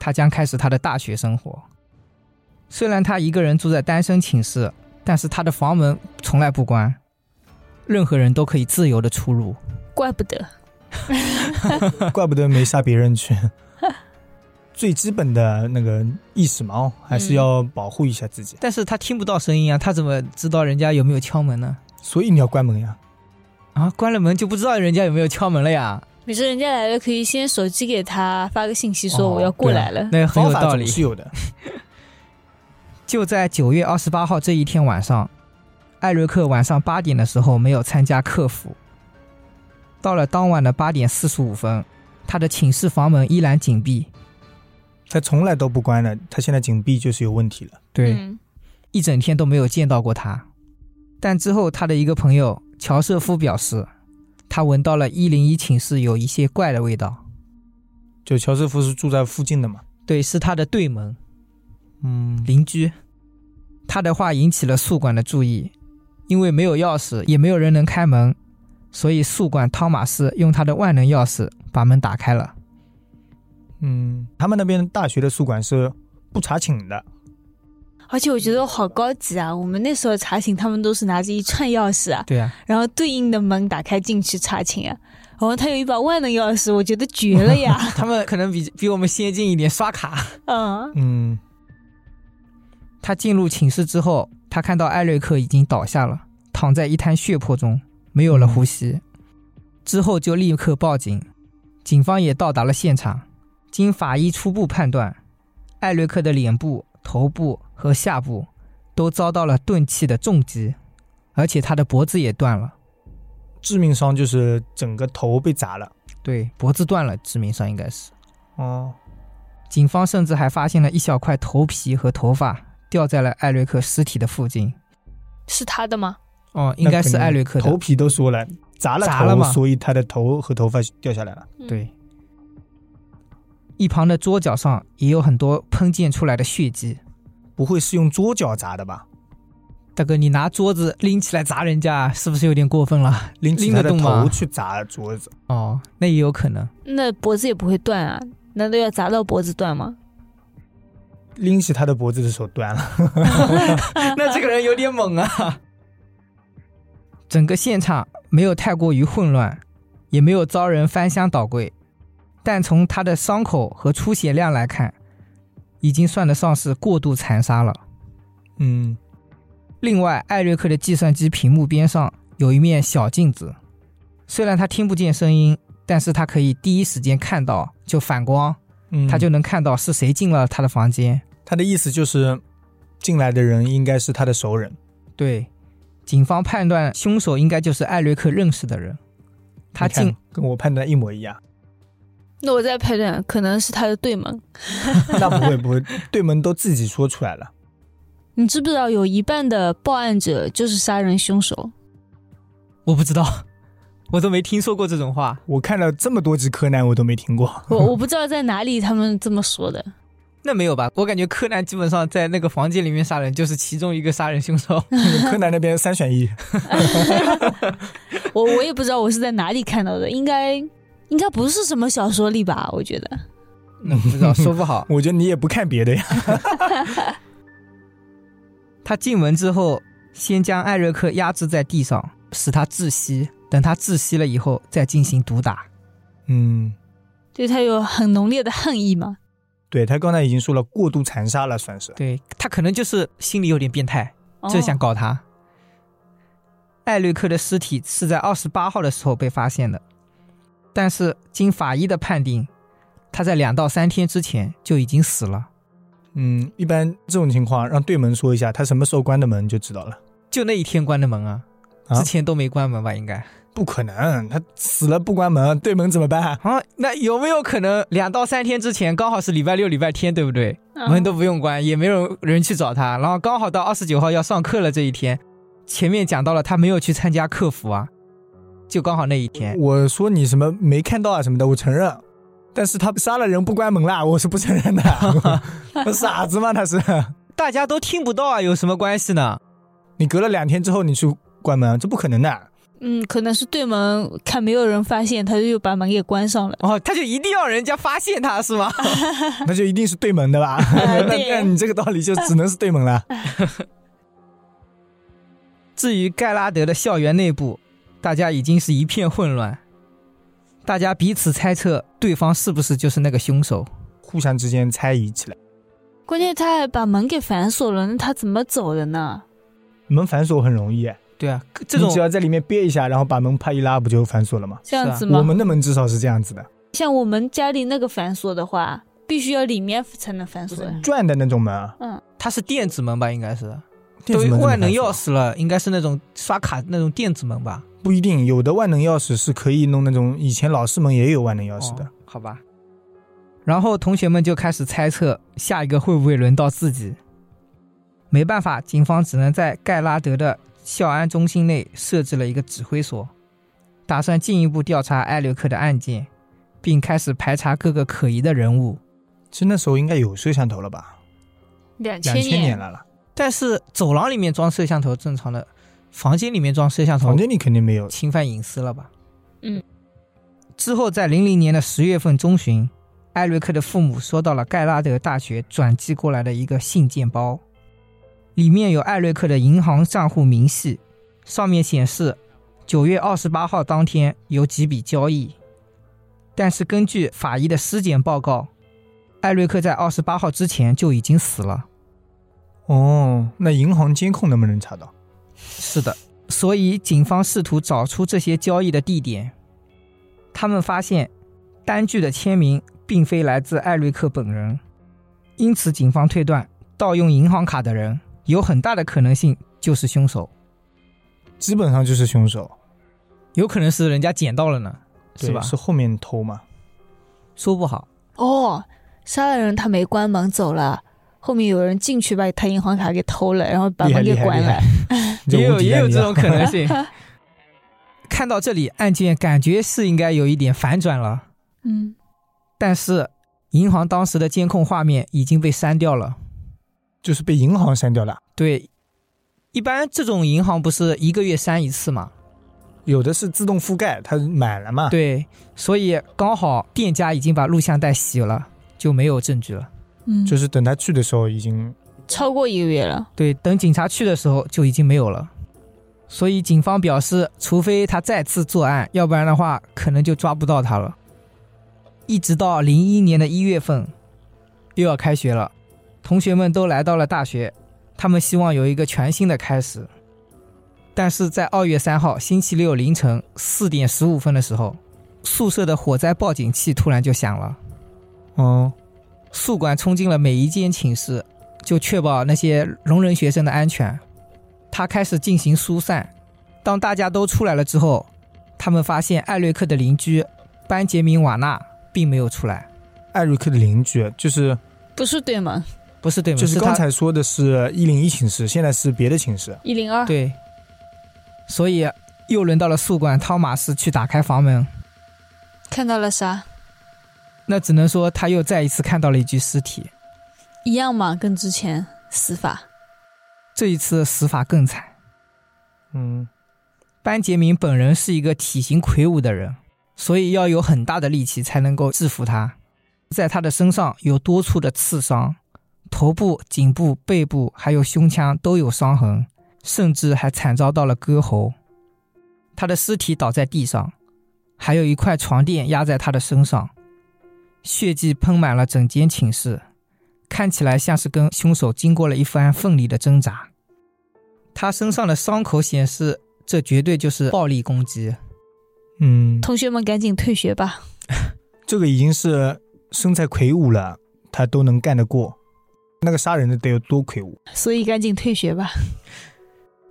[SPEAKER 3] 他将开始他的大学生活。虽然他一个人住在单身寝室，但是他的房门从来不关，任何人都可以自由的出入。
[SPEAKER 2] 怪不 得
[SPEAKER 1] 怪不得没杀别人 去。最基本的那个意识嘛，哦，还
[SPEAKER 3] 嗯
[SPEAKER 1] 是要保护一下自己，
[SPEAKER 3] 但是他听不到声音啊，他怎么知道人家有没有敲门呢？
[SPEAKER 1] 所以你要关门呀。
[SPEAKER 3] 啊，关了门就不知道人家有没有敲门了呀。
[SPEAKER 2] 每次人家来了，可以先手机给他发个信息说
[SPEAKER 1] 哦
[SPEAKER 2] 我要过来了。
[SPEAKER 3] 那很
[SPEAKER 1] 方
[SPEAKER 3] 有
[SPEAKER 1] 法
[SPEAKER 3] 道
[SPEAKER 1] 总
[SPEAKER 3] 理。
[SPEAKER 1] 是有 的。
[SPEAKER 3] 就在九月二十八号这一天晚上，艾瑞克晚上八点的时候没有参加客服。到了当晚的八点四十五分，他的寝室房门依然紧闭。
[SPEAKER 1] 他从来都不关的，他现在紧闭就是有问题了。
[SPEAKER 3] 对，
[SPEAKER 2] 嗯
[SPEAKER 3] 一整天都没有见到过他。但之后，他的一个朋友乔瑟夫表示，他闻到了一零一寝室有一些怪的味道。
[SPEAKER 1] 就乔师傅是住在附近的嘛，
[SPEAKER 3] 对，是他的对门。
[SPEAKER 1] 嗯，
[SPEAKER 3] 邻居。他的话引起了宿管的注意，因为没有钥匙，也没有人能开门，所以宿管汤马斯用他的万能钥匙把门打开了。
[SPEAKER 1] 嗯，他们那边大学的宿管是不查寝的，
[SPEAKER 2] 而且我觉得好高级啊！我们那时候查寝，他们都是拿着一串钥匙啊，
[SPEAKER 3] 对啊，
[SPEAKER 2] 然后对应的门打开进去查 寝啊。然后他有一把万能钥匙，我觉得绝了呀！
[SPEAKER 3] 他们可能比比我们先进一点，刷卡。
[SPEAKER 2] 嗯，
[SPEAKER 1] 嗯，
[SPEAKER 3] 他进入寝室之后，他看到艾瑞克已经倒下了，躺在一滩血泊中，没有了呼吸。之后就立刻报警，警方也到达了现场。经法医初步判断，艾瑞克的脸部、头部和下部都遭到了钝器的重击，而且他的脖子也断了。
[SPEAKER 1] 致命伤就是整个头被砸了。
[SPEAKER 3] 对，脖子断了，致命伤应该是。
[SPEAKER 1] 哦，
[SPEAKER 3] 警方甚至还发现了一小块头皮和头发掉在了艾瑞克尸体的附近。
[SPEAKER 2] 是他的吗？
[SPEAKER 3] 哦，应该是艾瑞克的
[SPEAKER 1] 头皮都缩了，砸了头，
[SPEAKER 3] 砸了嘛
[SPEAKER 1] 所以他的头和头发掉下来了。
[SPEAKER 2] 嗯，
[SPEAKER 3] 对，一旁的桌角上也有很多喷溅出来的血迹。
[SPEAKER 1] 不会是用桌角砸的吧？
[SPEAKER 3] 大哥，你拿桌子拎起来砸人家，是不是有点过分了？
[SPEAKER 1] 拎起
[SPEAKER 3] 拎
[SPEAKER 1] 他
[SPEAKER 3] 得
[SPEAKER 1] 的
[SPEAKER 3] 动吗
[SPEAKER 1] 头去砸桌子，
[SPEAKER 3] 哦，那也有可能。
[SPEAKER 2] 那脖子也不会断啊？难道要砸到脖子断吗？
[SPEAKER 1] 拎起他的脖子的手断了。
[SPEAKER 3] 那这个人有点猛啊！整个现场没有太过于混乱，也没有遭人翻箱倒柜，但从他的伤口和出血量来看，已经算得上是过度残杀了。
[SPEAKER 1] 嗯，
[SPEAKER 3] 另外，艾瑞克的计算机屏幕边上有一面小镜子，虽然他听不见声音，但是他可以第一时间看到，就反光，
[SPEAKER 1] 嗯
[SPEAKER 3] 他就能看到是谁进了他的房间。
[SPEAKER 1] 他的意思就是，进来的人应该是他的熟人。
[SPEAKER 3] 对，警方判断凶手应该就是艾瑞克认识的人。他
[SPEAKER 1] 你看
[SPEAKER 3] 进
[SPEAKER 1] 跟我判断一模一样。
[SPEAKER 2] 那我再判断，可能是他的对门。
[SPEAKER 1] 那不会不 会，对门都自己说出来了。
[SPEAKER 2] 你知不知道有一半的报案者就是杀人凶手？
[SPEAKER 3] 我不知道， 我都没听说过这种话。
[SPEAKER 1] 我看了这么多集柯南，我都没听过。
[SPEAKER 2] 我我不知道在哪里他们这么说的，
[SPEAKER 3] 那没有吧？我感觉柯南基本上在那个房间里面杀人，就是其中一个杀人凶手。
[SPEAKER 1] 柯南那边三选一，
[SPEAKER 2] 我我也不知道我是在哪里看到的，应该应该不是什么小说里吧？我觉得
[SPEAKER 3] 那不知道，说不好。
[SPEAKER 1] 我觉得你也不看别的呀。
[SPEAKER 3] 他进门之后，先将艾瑞克压制在地上，使他窒息。等他窒息了以后，再进行毒打。
[SPEAKER 1] 嗯，
[SPEAKER 2] 对他有很浓烈的恨意嘛。
[SPEAKER 1] 对他刚才已经说了，过度残杀了算是。
[SPEAKER 3] 对他可能就是心里有点变态，
[SPEAKER 2] 哦
[SPEAKER 3] 就想搞他。艾瑞克的尸体是在二十八号的时候被发现的，但是经法医的判定，他在两到三天之前就已经死了。
[SPEAKER 1] 嗯，一般这种情况让对门说一下，他什么时候关的门就知道了。
[SPEAKER 3] 就那一天关的门啊，
[SPEAKER 1] 啊
[SPEAKER 3] 之前都没关门吧？应该
[SPEAKER 1] 不可能，他死了不关门，对门怎么办？
[SPEAKER 3] 啊，那有没有可能两到三天之前刚好是礼拜六、礼拜天，对不对？
[SPEAKER 2] 嗯
[SPEAKER 3] 门都不用关，也没有人去找他。然后刚好到二十九号要上课了这一天，前面讲到了他没有去参加客服啊，就刚好那一天。
[SPEAKER 1] 我说你什么没看到啊什么的，我承认，但是他杀了人不关门啦，我是不承认的。傻子吗？他是
[SPEAKER 3] 大家都听不到啊，有什么关系呢？
[SPEAKER 1] 你隔了两天之后你去关门，这不可能的。
[SPEAKER 2] 嗯，可能是对门看没有人发现，他就又把门给关上了。
[SPEAKER 3] 哦，他就一定要人家发现他是吗？
[SPEAKER 1] 那就一定是对门的吧？那
[SPEAKER 2] 对
[SPEAKER 1] 那你这个道理就只能是对门了。
[SPEAKER 3] 至于盖拉德的校园内部，大家已经是一片混乱，大家彼此猜测对方是不是就是那个凶手。
[SPEAKER 1] 互相之间猜疑起来，
[SPEAKER 2] 关键他还把门给反锁了，那他怎么走的呢？
[SPEAKER 1] 门反锁很容易，
[SPEAKER 3] 对啊，这种
[SPEAKER 1] 你只要在里面憋一下，然后把门啪一拉，不就反锁了吗？
[SPEAKER 2] 这样子吗？
[SPEAKER 1] 啊我们的门至少是这样子的，
[SPEAKER 2] 像我们家里那个反锁的话，必须要里面才能反锁呀。
[SPEAKER 1] 转的那种门啊，
[SPEAKER 2] 嗯，
[SPEAKER 3] 它是电子门吧，应该是
[SPEAKER 1] 电子门怎么啊
[SPEAKER 3] 万能
[SPEAKER 1] 反锁
[SPEAKER 3] 钥匙了，应该是那种刷卡那种电子门吧？
[SPEAKER 1] 不一定，有的万能钥匙是可以弄那种，以前老式门也有万能钥匙的。
[SPEAKER 3] 哦，好吧。然后同学们就开始猜测下一个会不会轮到自己。没办法，警方只能在盖拉德的校安中心内设置了一个指挥所，打算进一步调查艾略克的案件，并开始排查各个可疑的人物。
[SPEAKER 1] 其实那时候应该有摄像头了吧？
[SPEAKER 2] 两
[SPEAKER 1] 两千年
[SPEAKER 2] 年，
[SPEAKER 1] 来了，
[SPEAKER 3] 但是走廊里面装摄像头正常的，房间里面装摄像头
[SPEAKER 1] 房间里肯定没有。
[SPEAKER 3] 侵犯隐私了吧？
[SPEAKER 2] 嗯。
[SPEAKER 3] 之后，在零零年的十月份中旬，艾瑞克的父母收到了盖拉德大学转寄过来的一个信件包，里面有艾瑞克的银行账户明细，上面显示九月二十八号当天有几笔交易，但是根据法医的尸检报告，艾瑞克在二十八号之前就已经死了。
[SPEAKER 1] 哦，那银行监控能不能查到？
[SPEAKER 3] 是的，所以警方试图找出这些交易的地点。他们发现，单据的签名并非来自艾瑞克本人，因此警方推断，盗用银行卡的人有很大的可能性就是凶手，
[SPEAKER 1] 基本上就是凶手，
[SPEAKER 3] 有可能是人家捡到了呢，
[SPEAKER 1] 对
[SPEAKER 3] 是吧？
[SPEAKER 1] 是后面偷嘛？
[SPEAKER 3] 说不好，
[SPEAKER 2] 哦，杀了人他没关门走了，后面有人进去把他银行卡给偷了，然后把
[SPEAKER 1] 厉害
[SPEAKER 2] 门给
[SPEAKER 1] 厉害
[SPEAKER 2] 关
[SPEAKER 1] 厉
[SPEAKER 2] 了
[SPEAKER 1] 害。， 这
[SPEAKER 3] 也
[SPEAKER 1] 无
[SPEAKER 3] 有
[SPEAKER 1] 敌
[SPEAKER 3] 也
[SPEAKER 1] 的
[SPEAKER 3] 有
[SPEAKER 1] 你
[SPEAKER 3] 这
[SPEAKER 1] 啊
[SPEAKER 3] 种可能性。看到这里，案件感觉是应该有一点反转了，
[SPEAKER 2] 嗯，
[SPEAKER 3] 但是银行当时的监控画面已经被删掉了。
[SPEAKER 1] 就是被银行删掉了，
[SPEAKER 3] 对，一般这种银行不是一个月删一次嘛？
[SPEAKER 1] 有的是自动覆盖，他满了嘛？，
[SPEAKER 3] 对，所以刚好店家已经把录像带洗了，就没有证据了。
[SPEAKER 2] 嗯，
[SPEAKER 1] 就是等他去的时候已经
[SPEAKER 2] 超过一个月了。
[SPEAKER 3] 对，等警察去的时候就已经没有了。所以警方表示，除非他再次作案，要不然的话可能就抓不到他了。一直到零一年的一月份，又要开学了，同学们都来到了大学，他们希望有一个全新的开始。但是在二月三号星期六凌晨四点十五分的时候，宿舍的火灾报警器突然就响了。
[SPEAKER 1] 嗯，
[SPEAKER 3] 宿管冲进了每一间寝室，就确保那些聋人学生的安全。他开始进行疏散。当大家都出来了之后，他们发现艾瑞克的邻居班杰明·瓦纳并没有出来，
[SPEAKER 1] 艾瑞克的邻居就是
[SPEAKER 2] 不是对门，
[SPEAKER 3] 不是对门，
[SPEAKER 1] 就是
[SPEAKER 3] 他
[SPEAKER 1] 刚才说的是一零一寝室，现在是别的寝室，
[SPEAKER 2] 一零二。
[SPEAKER 3] 对。所以又轮到了宿管汤马斯去打开房门，
[SPEAKER 2] 看到了啥？
[SPEAKER 3] 那只能说他又再一次看到了一具尸体。
[SPEAKER 2] 一样嘛，跟之前死法。
[SPEAKER 3] 这一次的死法更惨，
[SPEAKER 1] 嗯，
[SPEAKER 3] 班杰明本人是一个体型魁梧的人，所以要有很大的力气才能够制服他。在他的身上有多处的刺伤，头部、颈部、背部还有胸腔都有伤痕，甚至还惨遭到了割喉。他的尸体倒在地上，还有一块床垫压在他的身上，血迹喷满了整间寝室，看起来像是跟凶手经过了一番奋力的挣扎。他身上的伤口显示这绝对就是暴力攻击。
[SPEAKER 1] 嗯，
[SPEAKER 2] 同学们赶紧退学吧！
[SPEAKER 1] 这个已经是身材魁梧了，他都能干得过。那个杀人的得有多魁梧？
[SPEAKER 2] 所以赶紧退学吧！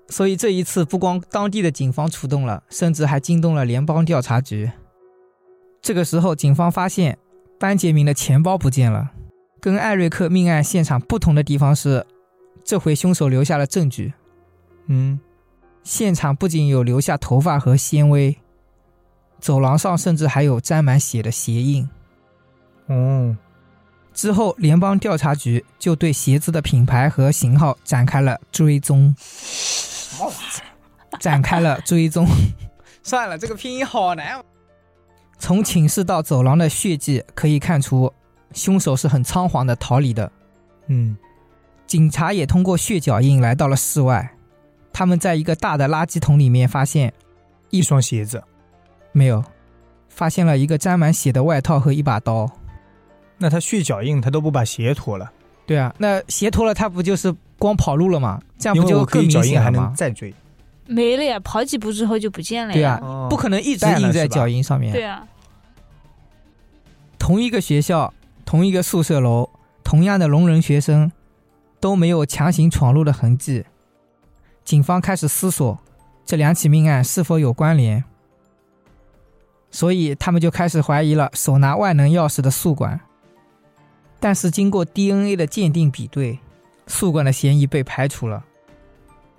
[SPEAKER 3] 所以这一次不光当地的警方出动了，甚至还惊动了联邦调查局。这个时候，警方发现班杰明的钱包不见了。跟艾瑞克命案现场不同的地方是，这回凶手留下了证据。
[SPEAKER 1] 嗯，
[SPEAKER 3] 现场不仅有留下头发和纤维，走廊上甚至还有沾满血的鞋印。
[SPEAKER 1] 哦，
[SPEAKER 3] 之后，联邦调查局就对鞋子的品牌和型号展开了追踪。展开了追踪。算了，这个拼音好难。哦从寝室到走廊的血迹可以看出，凶手是很仓皇的逃离的。
[SPEAKER 1] 嗯，
[SPEAKER 3] 警察也通过血脚印来到了室外，他们在一个大的垃圾桶里面发现
[SPEAKER 1] 一双鞋子，
[SPEAKER 3] 没有，发现了一个沾满血的外套和一把刀。
[SPEAKER 1] 那他血脚印他都不把鞋脱了，
[SPEAKER 3] 对啊，那鞋脱了，他不就是光跑路了吗？这样
[SPEAKER 1] 因
[SPEAKER 3] 不
[SPEAKER 1] 为
[SPEAKER 3] 就
[SPEAKER 1] 我可
[SPEAKER 3] 更
[SPEAKER 1] 以
[SPEAKER 3] 明
[SPEAKER 1] 脚印
[SPEAKER 3] 显
[SPEAKER 1] 还
[SPEAKER 3] 了
[SPEAKER 1] 能
[SPEAKER 3] 吗？
[SPEAKER 1] 再追，
[SPEAKER 2] 没了呀，跑几步之后就不见了呀。
[SPEAKER 3] 对啊，
[SPEAKER 1] 哦
[SPEAKER 3] 不可能一直
[SPEAKER 1] 淡了
[SPEAKER 3] 印在
[SPEAKER 1] 是吧
[SPEAKER 3] 脚印上面。
[SPEAKER 2] 对啊，
[SPEAKER 3] 同一个学校、同一个宿舍楼、同样的聋人学生，都没有强行闯入的痕迹。警方开始思索这两起命案是否有关联，所以他们就开始怀疑了手拿万能钥匙的宿管。但是经过 DNA 的鉴定比对，宿管的嫌疑被排除了。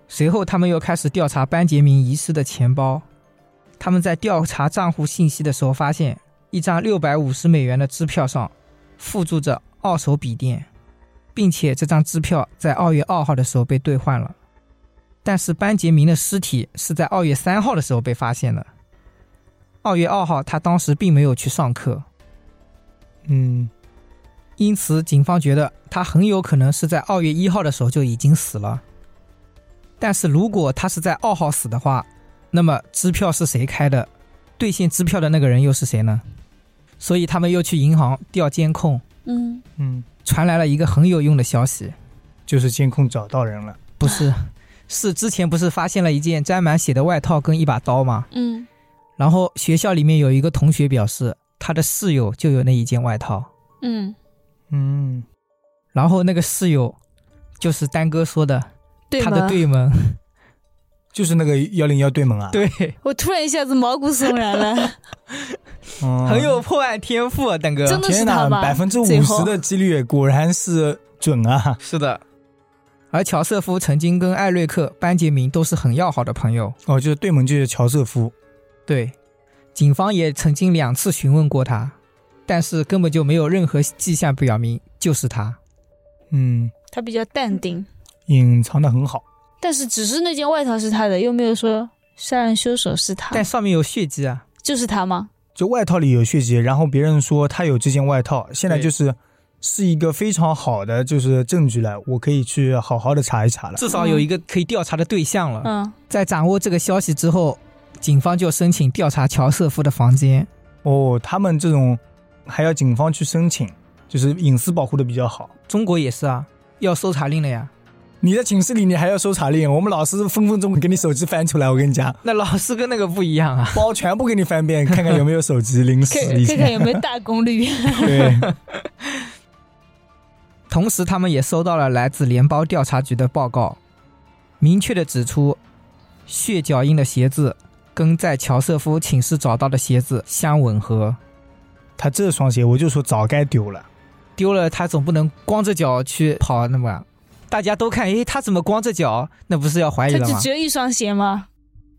[SPEAKER 3] 随后，他们又开始调查班杰明遗失的钱包。他们在调查账户信息的时候发现，一张六百五十美元的支票上附注着二手笔电，并且这张支票在二月二号的时候被兑换了。但是班杰明的尸体是在二月三号的时候被发现的。二月二号，他当时并没有去上课，
[SPEAKER 1] 嗯，
[SPEAKER 3] 因此警方觉得他很有可能是在二月一号的时候就已经死了。但是如果他是在二号死的话，那么支票是谁开的？兑现支票的那个人又是谁呢？所以他们又去银行调监控，
[SPEAKER 2] 嗯，
[SPEAKER 1] 嗯，
[SPEAKER 3] 传来了一个很有用的消息，
[SPEAKER 1] 就是监控找到人了，
[SPEAKER 3] 不是，是之前不是发现了一件沾满血的外套跟一把刀吗？
[SPEAKER 2] 嗯，
[SPEAKER 3] 然后学校里面有一个同学表示，他的室友就有那一件外套，
[SPEAKER 2] 嗯，
[SPEAKER 1] 嗯，
[SPEAKER 3] 然后那个室友就是丹哥说的，
[SPEAKER 2] 对
[SPEAKER 3] 他的
[SPEAKER 2] 吗？
[SPEAKER 3] 对门，
[SPEAKER 1] 就是那个幺零幺对门啊，，
[SPEAKER 3] 对，
[SPEAKER 2] 我突然一下子毛骨悚 然了，
[SPEAKER 1] 嗯、
[SPEAKER 3] 很有破案天赋啊，丹哥，
[SPEAKER 2] 真的是
[SPEAKER 1] 天
[SPEAKER 2] 他
[SPEAKER 1] 哪，
[SPEAKER 2] 吧？
[SPEAKER 1] 百分之五
[SPEAKER 2] 最后
[SPEAKER 1] 十的几率果然是准啊，
[SPEAKER 3] 是的。而乔瑟夫曾经跟艾瑞克、班杰明都是很要好的朋友，
[SPEAKER 1] 哦，就是对门就是乔瑟夫，
[SPEAKER 3] 对，警方也曾经两次询问过他，但是根本就没有任何迹象表明就是他。
[SPEAKER 2] 啊
[SPEAKER 1] 嗯，
[SPEAKER 2] 他比较淡定，
[SPEAKER 1] 隐藏的很好，
[SPEAKER 2] 嗯但是只是那件外套是他的，又没有说杀人凶手是他
[SPEAKER 3] 但，上面有血迹啊，
[SPEAKER 2] 就是他吗？
[SPEAKER 1] 就外套里有血迹，然后别人说他有这件外套，现在
[SPEAKER 3] 对
[SPEAKER 1] 就是是一个非常好的就是证据了，我可以去好好的查一查了。
[SPEAKER 3] 至少有一个可以调查的对象了。
[SPEAKER 2] 嗯，
[SPEAKER 3] 在掌握这个消息之后，警方就申请调查乔瑟夫的房间。
[SPEAKER 1] 哦，他们这种还要警方去申请，就是隐私保护的比较好。
[SPEAKER 3] 中国也是啊，要搜查令了呀。
[SPEAKER 1] 你在寝室里，你还要搜查令，我们老师分分钟给你手机翻出来，我跟你讲，
[SPEAKER 3] 那老师跟那个不一样啊。
[SPEAKER 1] 包全部给你翻遍，看看有没有手机零食
[SPEAKER 2] 看
[SPEAKER 1] 一
[SPEAKER 2] 看
[SPEAKER 1] 些。
[SPEAKER 2] 看有没有大功率。
[SPEAKER 1] 对，
[SPEAKER 3] 同时，他们也收到了来自联邦调查局的报告，明确的指出，血脚印的鞋子跟在乔瑟夫寝室找到的鞋子相吻合。
[SPEAKER 1] 他这双鞋，我就说早该丢了。
[SPEAKER 3] 丢了，他总不能光着脚去跑那么。大家都看，诶，他怎么光着脚？那不是要怀疑
[SPEAKER 2] 他
[SPEAKER 3] 了
[SPEAKER 2] 就
[SPEAKER 3] 吗
[SPEAKER 2] 只？有一双鞋吗？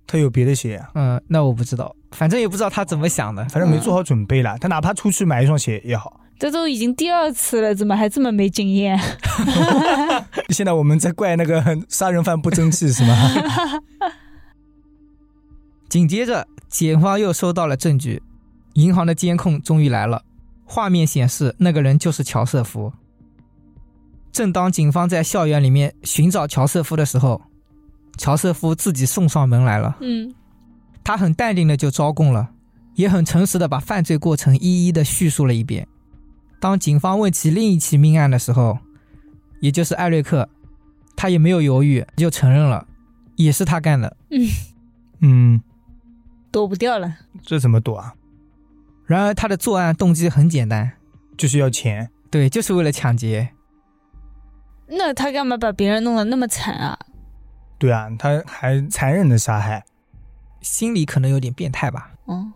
[SPEAKER 1] 他有别的鞋啊，
[SPEAKER 3] 嗯，那我不知道，反正也不知道他怎么想的。
[SPEAKER 1] 反正没做好准备啦。他哪怕出去买一双鞋也好。
[SPEAKER 2] 这都已经第二次了，怎么还这么没经验？
[SPEAKER 1] 现在我们在怪那个杀人犯不争气是吗？
[SPEAKER 3] 紧接着，检方又收到了证据，银行的监控终于来了，画面显示那个人就是乔瑟夫。正当警方在校园里面寻找乔瑟夫的时候，乔瑟夫自己送上门来了。
[SPEAKER 2] 嗯
[SPEAKER 3] 他很淡定的就招供了，也很诚实的把犯罪过程一一的叙述了一遍。当警方问起另一起命案的时候，也就是艾瑞克，他也没有犹豫就承认了，也是他干的。
[SPEAKER 2] 嗯，
[SPEAKER 1] 嗯，
[SPEAKER 2] 躲不掉了。
[SPEAKER 1] 这怎么躲啊？
[SPEAKER 3] 然而他的作案动机很简单，
[SPEAKER 1] 就是要钱。
[SPEAKER 3] 对，就是为了抢劫。
[SPEAKER 2] 那他干嘛把别人弄得那么惨啊？
[SPEAKER 1] 对啊，他还残忍的杀害。
[SPEAKER 3] 心里可能有点变态吧。
[SPEAKER 2] 嗯，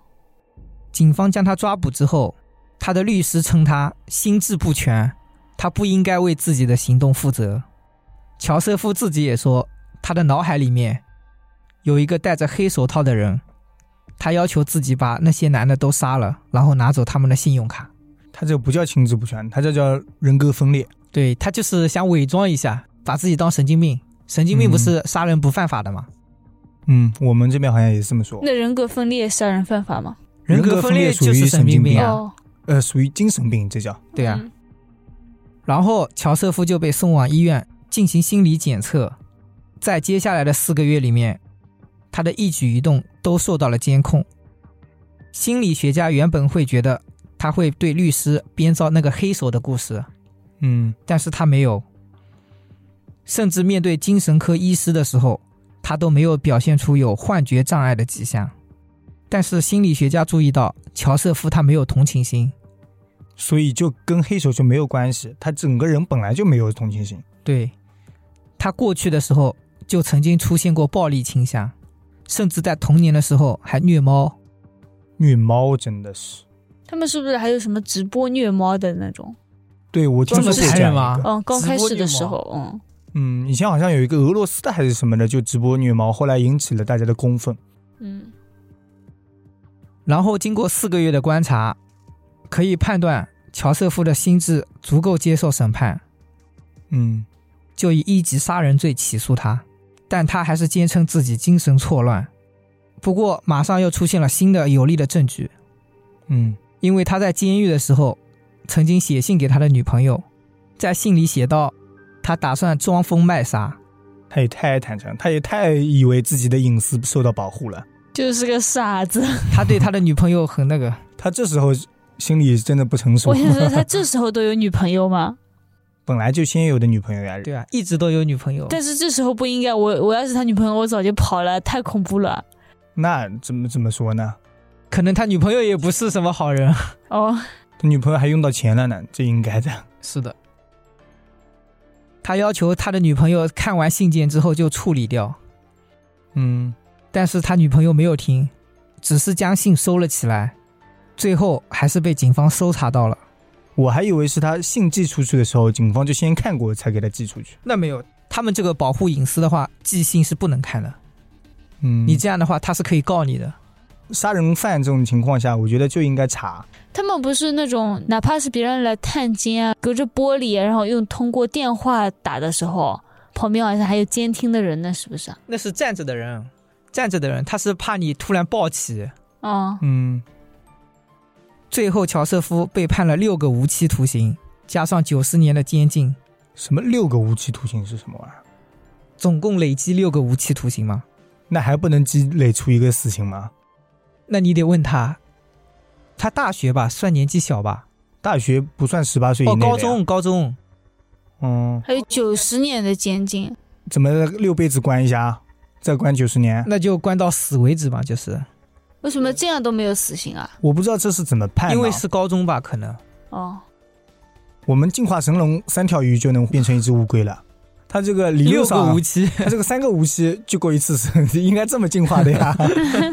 [SPEAKER 3] 警方将他抓捕之后，他的律师称他心智不全，他不应该为自己的行动负责。乔瑟夫自己也说，他的脑海里面有一个戴着黑手套的人，他要求自己把那些男的都杀了，然后拿走他们的信用卡。
[SPEAKER 1] 他这不叫心智不全，他这叫人格分裂。
[SPEAKER 3] 对他就是想伪装一下，把自己当神经病。神经病不是杀人不犯法的吗？
[SPEAKER 1] 嗯，我们这边好像也是这么说。
[SPEAKER 2] 那人格分裂杀人犯法吗？
[SPEAKER 1] 人格
[SPEAKER 3] 格
[SPEAKER 1] 分
[SPEAKER 3] 分
[SPEAKER 1] 裂
[SPEAKER 3] 裂
[SPEAKER 1] 属于
[SPEAKER 3] 就是
[SPEAKER 1] 神
[SPEAKER 3] 神
[SPEAKER 1] 经
[SPEAKER 3] 经
[SPEAKER 1] 病
[SPEAKER 3] 病啊。
[SPEAKER 2] 哦，
[SPEAKER 1] 呃，属于精神病，这叫。
[SPEAKER 3] 对啊，
[SPEAKER 2] 嗯
[SPEAKER 3] 然后乔瑟夫就被送往医院进行心理检测，在接下来的四个月里面，他的一举一动都受到了监控。心理学家原本会觉得他会对律师编造那个黑手的故事，
[SPEAKER 1] 嗯，
[SPEAKER 3] 但是他没有。甚至面对精神科医师的时候，他都没有表现出有幻觉障碍的迹象。但是心理学家注意到，乔瑟夫他没有同情心，
[SPEAKER 1] 所以就跟黑手就没有关系，他整个人本来就没有同情心。
[SPEAKER 3] 对，他过去的时候就曾经出现过暴力倾向，甚至在童年的时候还虐猫。
[SPEAKER 1] 虐猫真的是，
[SPEAKER 2] 他们是不是还有什么直播虐猫的那种？
[SPEAKER 1] 对我听说过
[SPEAKER 2] 这么
[SPEAKER 1] 这
[SPEAKER 3] 残
[SPEAKER 1] 样
[SPEAKER 3] 忍
[SPEAKER 1] 一
[SPEAKER 3] 吗
[SPEAKER 1] 个。
[SPEAKER 2] 嗯，刚开始的时
[SPEAKER 3] 直
[SPEAKER 2] 候，嗯，
[SPEAKER 1] 嗯，以前好像有一个俄罗斯的还是什么的，就直播虐猫，后来引起了大家的公愤。
[SPEAKER 2] 嗯，
[SPEAKER 3] 然后经过四个月的观察，可以判断乔瑟夫的心智足够接受审判，
[SPEAKER 1] 嗯，
[SPEAKER 3] 就以一级杀人罪起诉他。但他还是坚称自己精神错乱。不过，马上又出现了新的有力的证据，
[SPEAKER 1] 嗯，
[SPEAKER 3] 因为他在监狱的时候，曾经写信给他的女朋友，在信里写道，他打算装疯卖傻，
[SPEAKER 1] 他也太坦诚，他也太以为自己的隐私受到保护了。
[SPEAKER 2] 就是个傻子。
[SPEAKER 3] 他对他的女朋友很那个，
[SPEAKER 1] 他这时候心里真的不成熟
[SPEAKER 2] 我，想说，他这时候都有女朋友吗？
[SPEAKER 1] 本来就先有的女朋友呀。
[SPEAKER 3] 对啊，一直都有女朋友。
[SPEAKER 2] 但是这时候不应该，我我要是他女朋友，我早就跑了，太恐怖了。
[SPEAKER 1] 那怎么怎么说呢？
[SPEAKER 3] 可能他女朋友也不是什么好人。
[SPEAKER 2] 哦，
[SPEAKER 1] 他女朋友还用到钱了呢，这应该的。
[SPEAKER 3] 是的，他要求他的女朋友看完信件之后就处理掉，
[SPEAKER 1] 嗯，
[SPEAKER 3] 但是他女朋友没有听，只是将信收了起来，最后还是被警方搜查到了。
[SPEAKER 1] 我还以为是他信寄出去的时候，警方就先看过才给他寄出去。
[SPEAKER 3] 那没有，他们这个保护隐私的话，寄信是不能看的。
[SPEAKER 1] 嗯，
[SPEAKER 3] 你这样的话，他是可以告你的。
[SPEAKER 1] 杀人犯这种情况下，我觉得就应该查。
[SPEAKER 2] 他们不是那种，哪怕是别人来探监啊，隔着玻璃啊，然后用通过电话打的时候，旁边好像还有监听的人呢，是不是啊？
[SPEAKER 3] 那是站着的人，站着的人，他是怕你突然暴起，
[SPEAKER 2] 哦，
[SPEAKER 1] 嗯，
[SPEAKER 3] 最后，乔瑟夫被判了六个无期徒刑，加上九十年的监禁，
[SPEAKER 1] 什么六个无期徒刑是什么玩意儿？
[SPEAKER 3] 总共累积六个无期徒刑嘛？
[SPEAKER 1] 那还不能积累出一个死刑吗？
[SPEAKER 3] 那你得问他，他大学吧，算年纪小吧？
[SPEAKER 1] 大学不算十八岁以
[SPEAKER 3] 哦，
[SPEAKER 1] 内的呀
[SPEAKER 3] 高中，高中，
[SPEAKER 1] 嗯，
[SPEAKER 2] 还有九十年的监禁，
[SPEAKER 1] 怎么六辈子关一下，啊再关九十年？
[SPEAKER 3] 那就关到死为止嘛，就是
[SPEAKER 2] 为什么这样都没有死刑啊？
[SPEAKER 1] 我不知道这是怎么判的。啊
[SPEAKER 3] 因为是高中吧，可能
[SPEAKER 2] 哦，
[SPEAKER 1] 我们进化神龙三条鱼就能变成一只乌龟了，它这个理论
[SPEAKER 3] 六个
[SPEAKER 1] 上啊
[SPEAKER 3] 无，期。
[SPEAKER 1] 它这个三个无期就过一次生， 应该这么进化的 呀？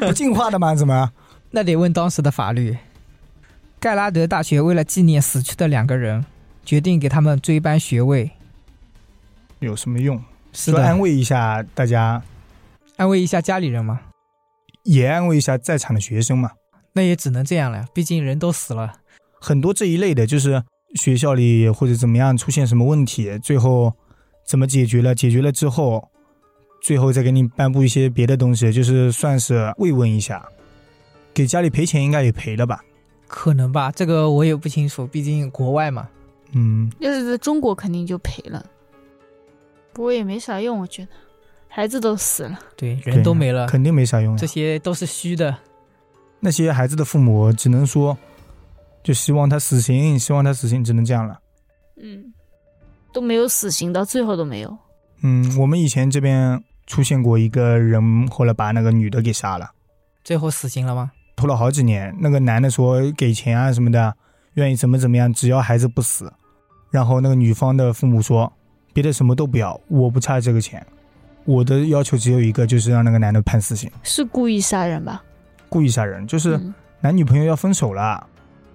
[SPEAKER 1] 不进化的吗？怎么？啊
[SPEAKER 3] 那得问当时的法律。盖拉德大学为了纪念死去的两个人，决定给他们追颁学位。
[SPEAKER 1] 有什么用？
[SPEAKER 3] 是
[SPEAKER 1] 就
[SPEAKER 3] 的，
[SPEAKER 1] 安慰一下大家。
[SPEAKER 3] 安慰一下家里人嘛。
[SPEAKER 1] 也安慰一下在场的学生嘛。
[SPEAKER 3] 那也只能这样了，毕竟人都死了。
[SPEAKER 1] 很多这一类的，就是学校里或者怎么样出现什么问题，最后怎么解决了，解决了之后，最后再给你颁布一些别的东西，就是算是慰问一下。给家里赔钱应该也赔了吧？
[SPEAKER 3] 可能吧，这个我也不清楚，毕竟国外嘛。
[SPEAKER 1] 嗯，
[SPEAKER 2] 要是在中国肯定就赔了，不过也没啥用，我觉得，孩子都死了，
[SPEAKER 3] 对，啊人都
[SPEAKER 1] 对
[SPEAKER 3] 没了，
[SPEAKER 1] 肯定没啥用呀啊
[SPEAKER 3] 这。些都是虚的。
[SPEAKER 1] 那些孩子的父母只能说，就希望他死刑，希望他死刑，只能这样了。
[SPEAKER 2] 嗯，都没有死刑，到最后都没有。
[SPEAKER 1] 嗯，我们以前这边出现过一个人，后来把那个女的给杀了，
[SPEAKER 3] 最后死刑了吗？
[SPEAKER 1] 拖了好几年。那个男的说给钱啊什么的，愿意怎么怎么样，只要孩子不死。然后那个女方的父母说，别的什么都不要，我不差这个钱，我的要求只有一个，就是让那个男的判死刑，
[SPEAKER 2] 是故意杀人吧？
[SPEAKER 1] 故意杀人，就是
[SPEAKER 2] 嗯
[SPEAKER 1] 男女朋友要分手了，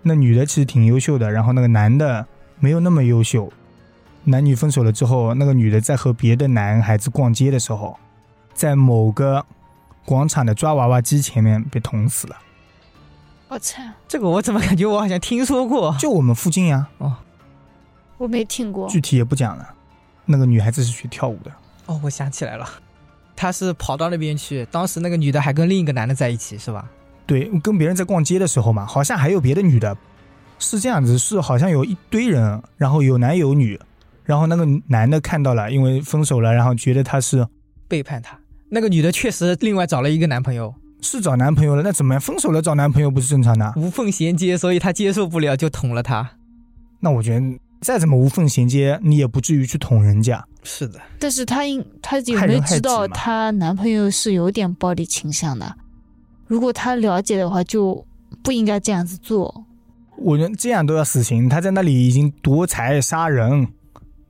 [SPEAKER 1] 那女的其实挺优秀的，然后那个男的没有那么优秀。男女分手了之后，那个女的在和别的男孩子逛街的时候，在某个广场的抓娃娃机前面被捅死了，
[SPEAKER 2] 我操，
[SPEAKER 3] 这个我怎么感觉我好像听说过？
[SPEAKER 1] 就我们附近呀，
[SPEAKER 2] 我没听过。
[SPEAKER 1] 具体也不讲了。那个女孩子是学跳舞的，
[SPEAKER 3] 哦，我想起来了，他是跑到那边去，当时那个女的还跟另一个男的在一起，是吧？
[SPEAKER 1] 对，跟别人在逛街的时候嘛，好像还有别的女的，是这样子，是好像有一堆人，然后有男有女，然后那个男的看到了，因为分手了，然后觉得她是
[SPEAKER 3] 背叛他，那个女的确实另外找了一个男朋友，
[SPEAKER 1] 是找男朋友了，那怎么样？分手了找男朋友不是正常的？
[SPEAKER 3] 无缝衔接，所以他接受不了就捅了他。
[SPEAKER 1] 那我觉得再怎么无缝衔接，你也不至于去捅人家。
[SPEAKER 3] 是的，
[SPEAKER 2] 但是她应她有
[SPEAKER 1] 害
[SPEAKER 2] 没
[SPEAKER 1] 人
[SPEAKER 2] 有
[SPEAKER 1] 害
[SPEAKER 2] 知道
[SPEAKER 1] 己嘛
[SPEAKER 2] 她男朋友是有点暴力倾向的？如果她了解的话，就不应该这样子做。
[SPEAKER 1] 我觉得这样都要死刑，他在那里已经夺财杀人，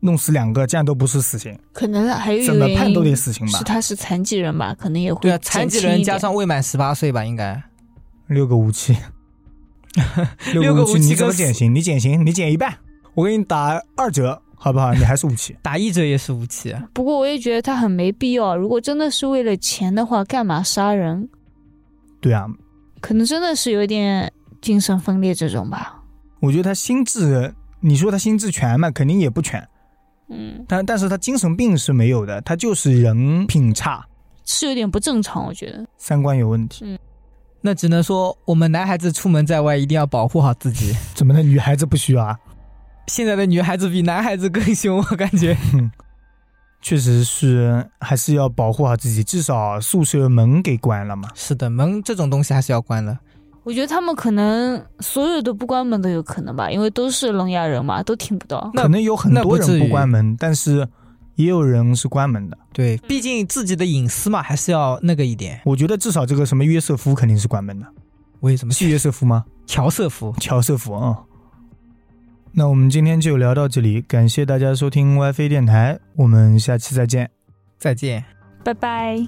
[SPEAKER 1] 弄死两个，这样都不是死刑，
[SPEAKER 2] 可能还有一
[SPEAKER 1] 怎
[SPEAKER 2] 个
[SPEAKER 1] 么
[SPEAKER 2] 原
[SPEAKER 1] 判都
[SPEAKER 2] 因
[SPEAKER 1] 得死刑吧
[SPEAKER 2] 是？她是残疾人吧，可能也会
[SPEAKER 3] 对啊，
[SPEAKER 2] 减
[SPEAKER 3] 残疾
[SPEAKER 2] 轻
[SPEAKER 3] 人
[SPEAKER 2] 一
[SPEAKER 3] 加
[SPEAKER 2] 点
[SPEAKER 3] 上未满十八岁吧，应该
[SPEAKER 1] 六个无 期，
[SPEAKER 3] 六
[SPEAKER 1] 个
[SPEAKER 3] 个
[SPEAKER 1] 无
[SPEAKER 3] 无期
[SPEAKER 1] 你怎么
[SPEAKER 3] 跟
[SPEAKER 1] 减刑？你减刑，你减一半，我给你打二折，好不好？你还是无期。
[SPEAKER 3] 打一折也是无期。啊
[SPEAKER 2] 不过我也觉得他很没必要。如果真的是为了钱的话，干嘛杀人？
[SPEAKER 1] 对啊，
[SPEAKER 2] 可能真的是有点精神分裂这种吧。
[SPEAKER 1] 我觉得他心智，你说他心智全嘛，肯定也不全，
[SPEAKER 2] 嗯，
[SPEAKER 1] 但但是他精神病是没有的，他就是人品差，
[SPEAKER 2] 是有点不正常，我觉得。
[SPEAKER 1] 三观有问题。
[SPEAKER 3] 那只能说我们男孩子出门在外一定要保护好自己。
[SPEAKER 1] 怎么的？女孩子不需要啊？
[SPEAKER 3] 现在的女孩子比男孩子更凶， 我感觉。
[SPEAKER 1] 确实是，还是要保护好自己，至少宿舍门给关了嘛。
[SPEAKER 3] 是的，门这种东西还是要关的。
[SPEAKER 2] 我觉得他们可能所有的不关门都有可能吧，因为都是聋哑人嘛，都听不到。
[SPEAKER 3] 那
[SPEAKER 1] 可能有很多
[SPEAKER 3] 那不
[SPEAKER 1] 人
[SPEAKER 3] 至于
[SPEAKER 1] 不关门，但是也有人是关门的。
[SPEAKER 3] 对，毕竟自己的隐私嘛，还是要那个一点。
[SPEAKER 1] 我觉得至少这个什么约瑟夫肯定是关门的，
[SPEAKER 3] 为什么
[SPEAKER 1] 是约瑟夫吗？
[SPEAKER 3] 乔瑟夫？
[SPEAKER 1] 乔瑟夫啊、那我们今天就聊到这里，感谢大家收听 WiFi 电台，我们下期再见。
[SPEAKER 3] 再见。
[SPEAKER 2] 拜拜。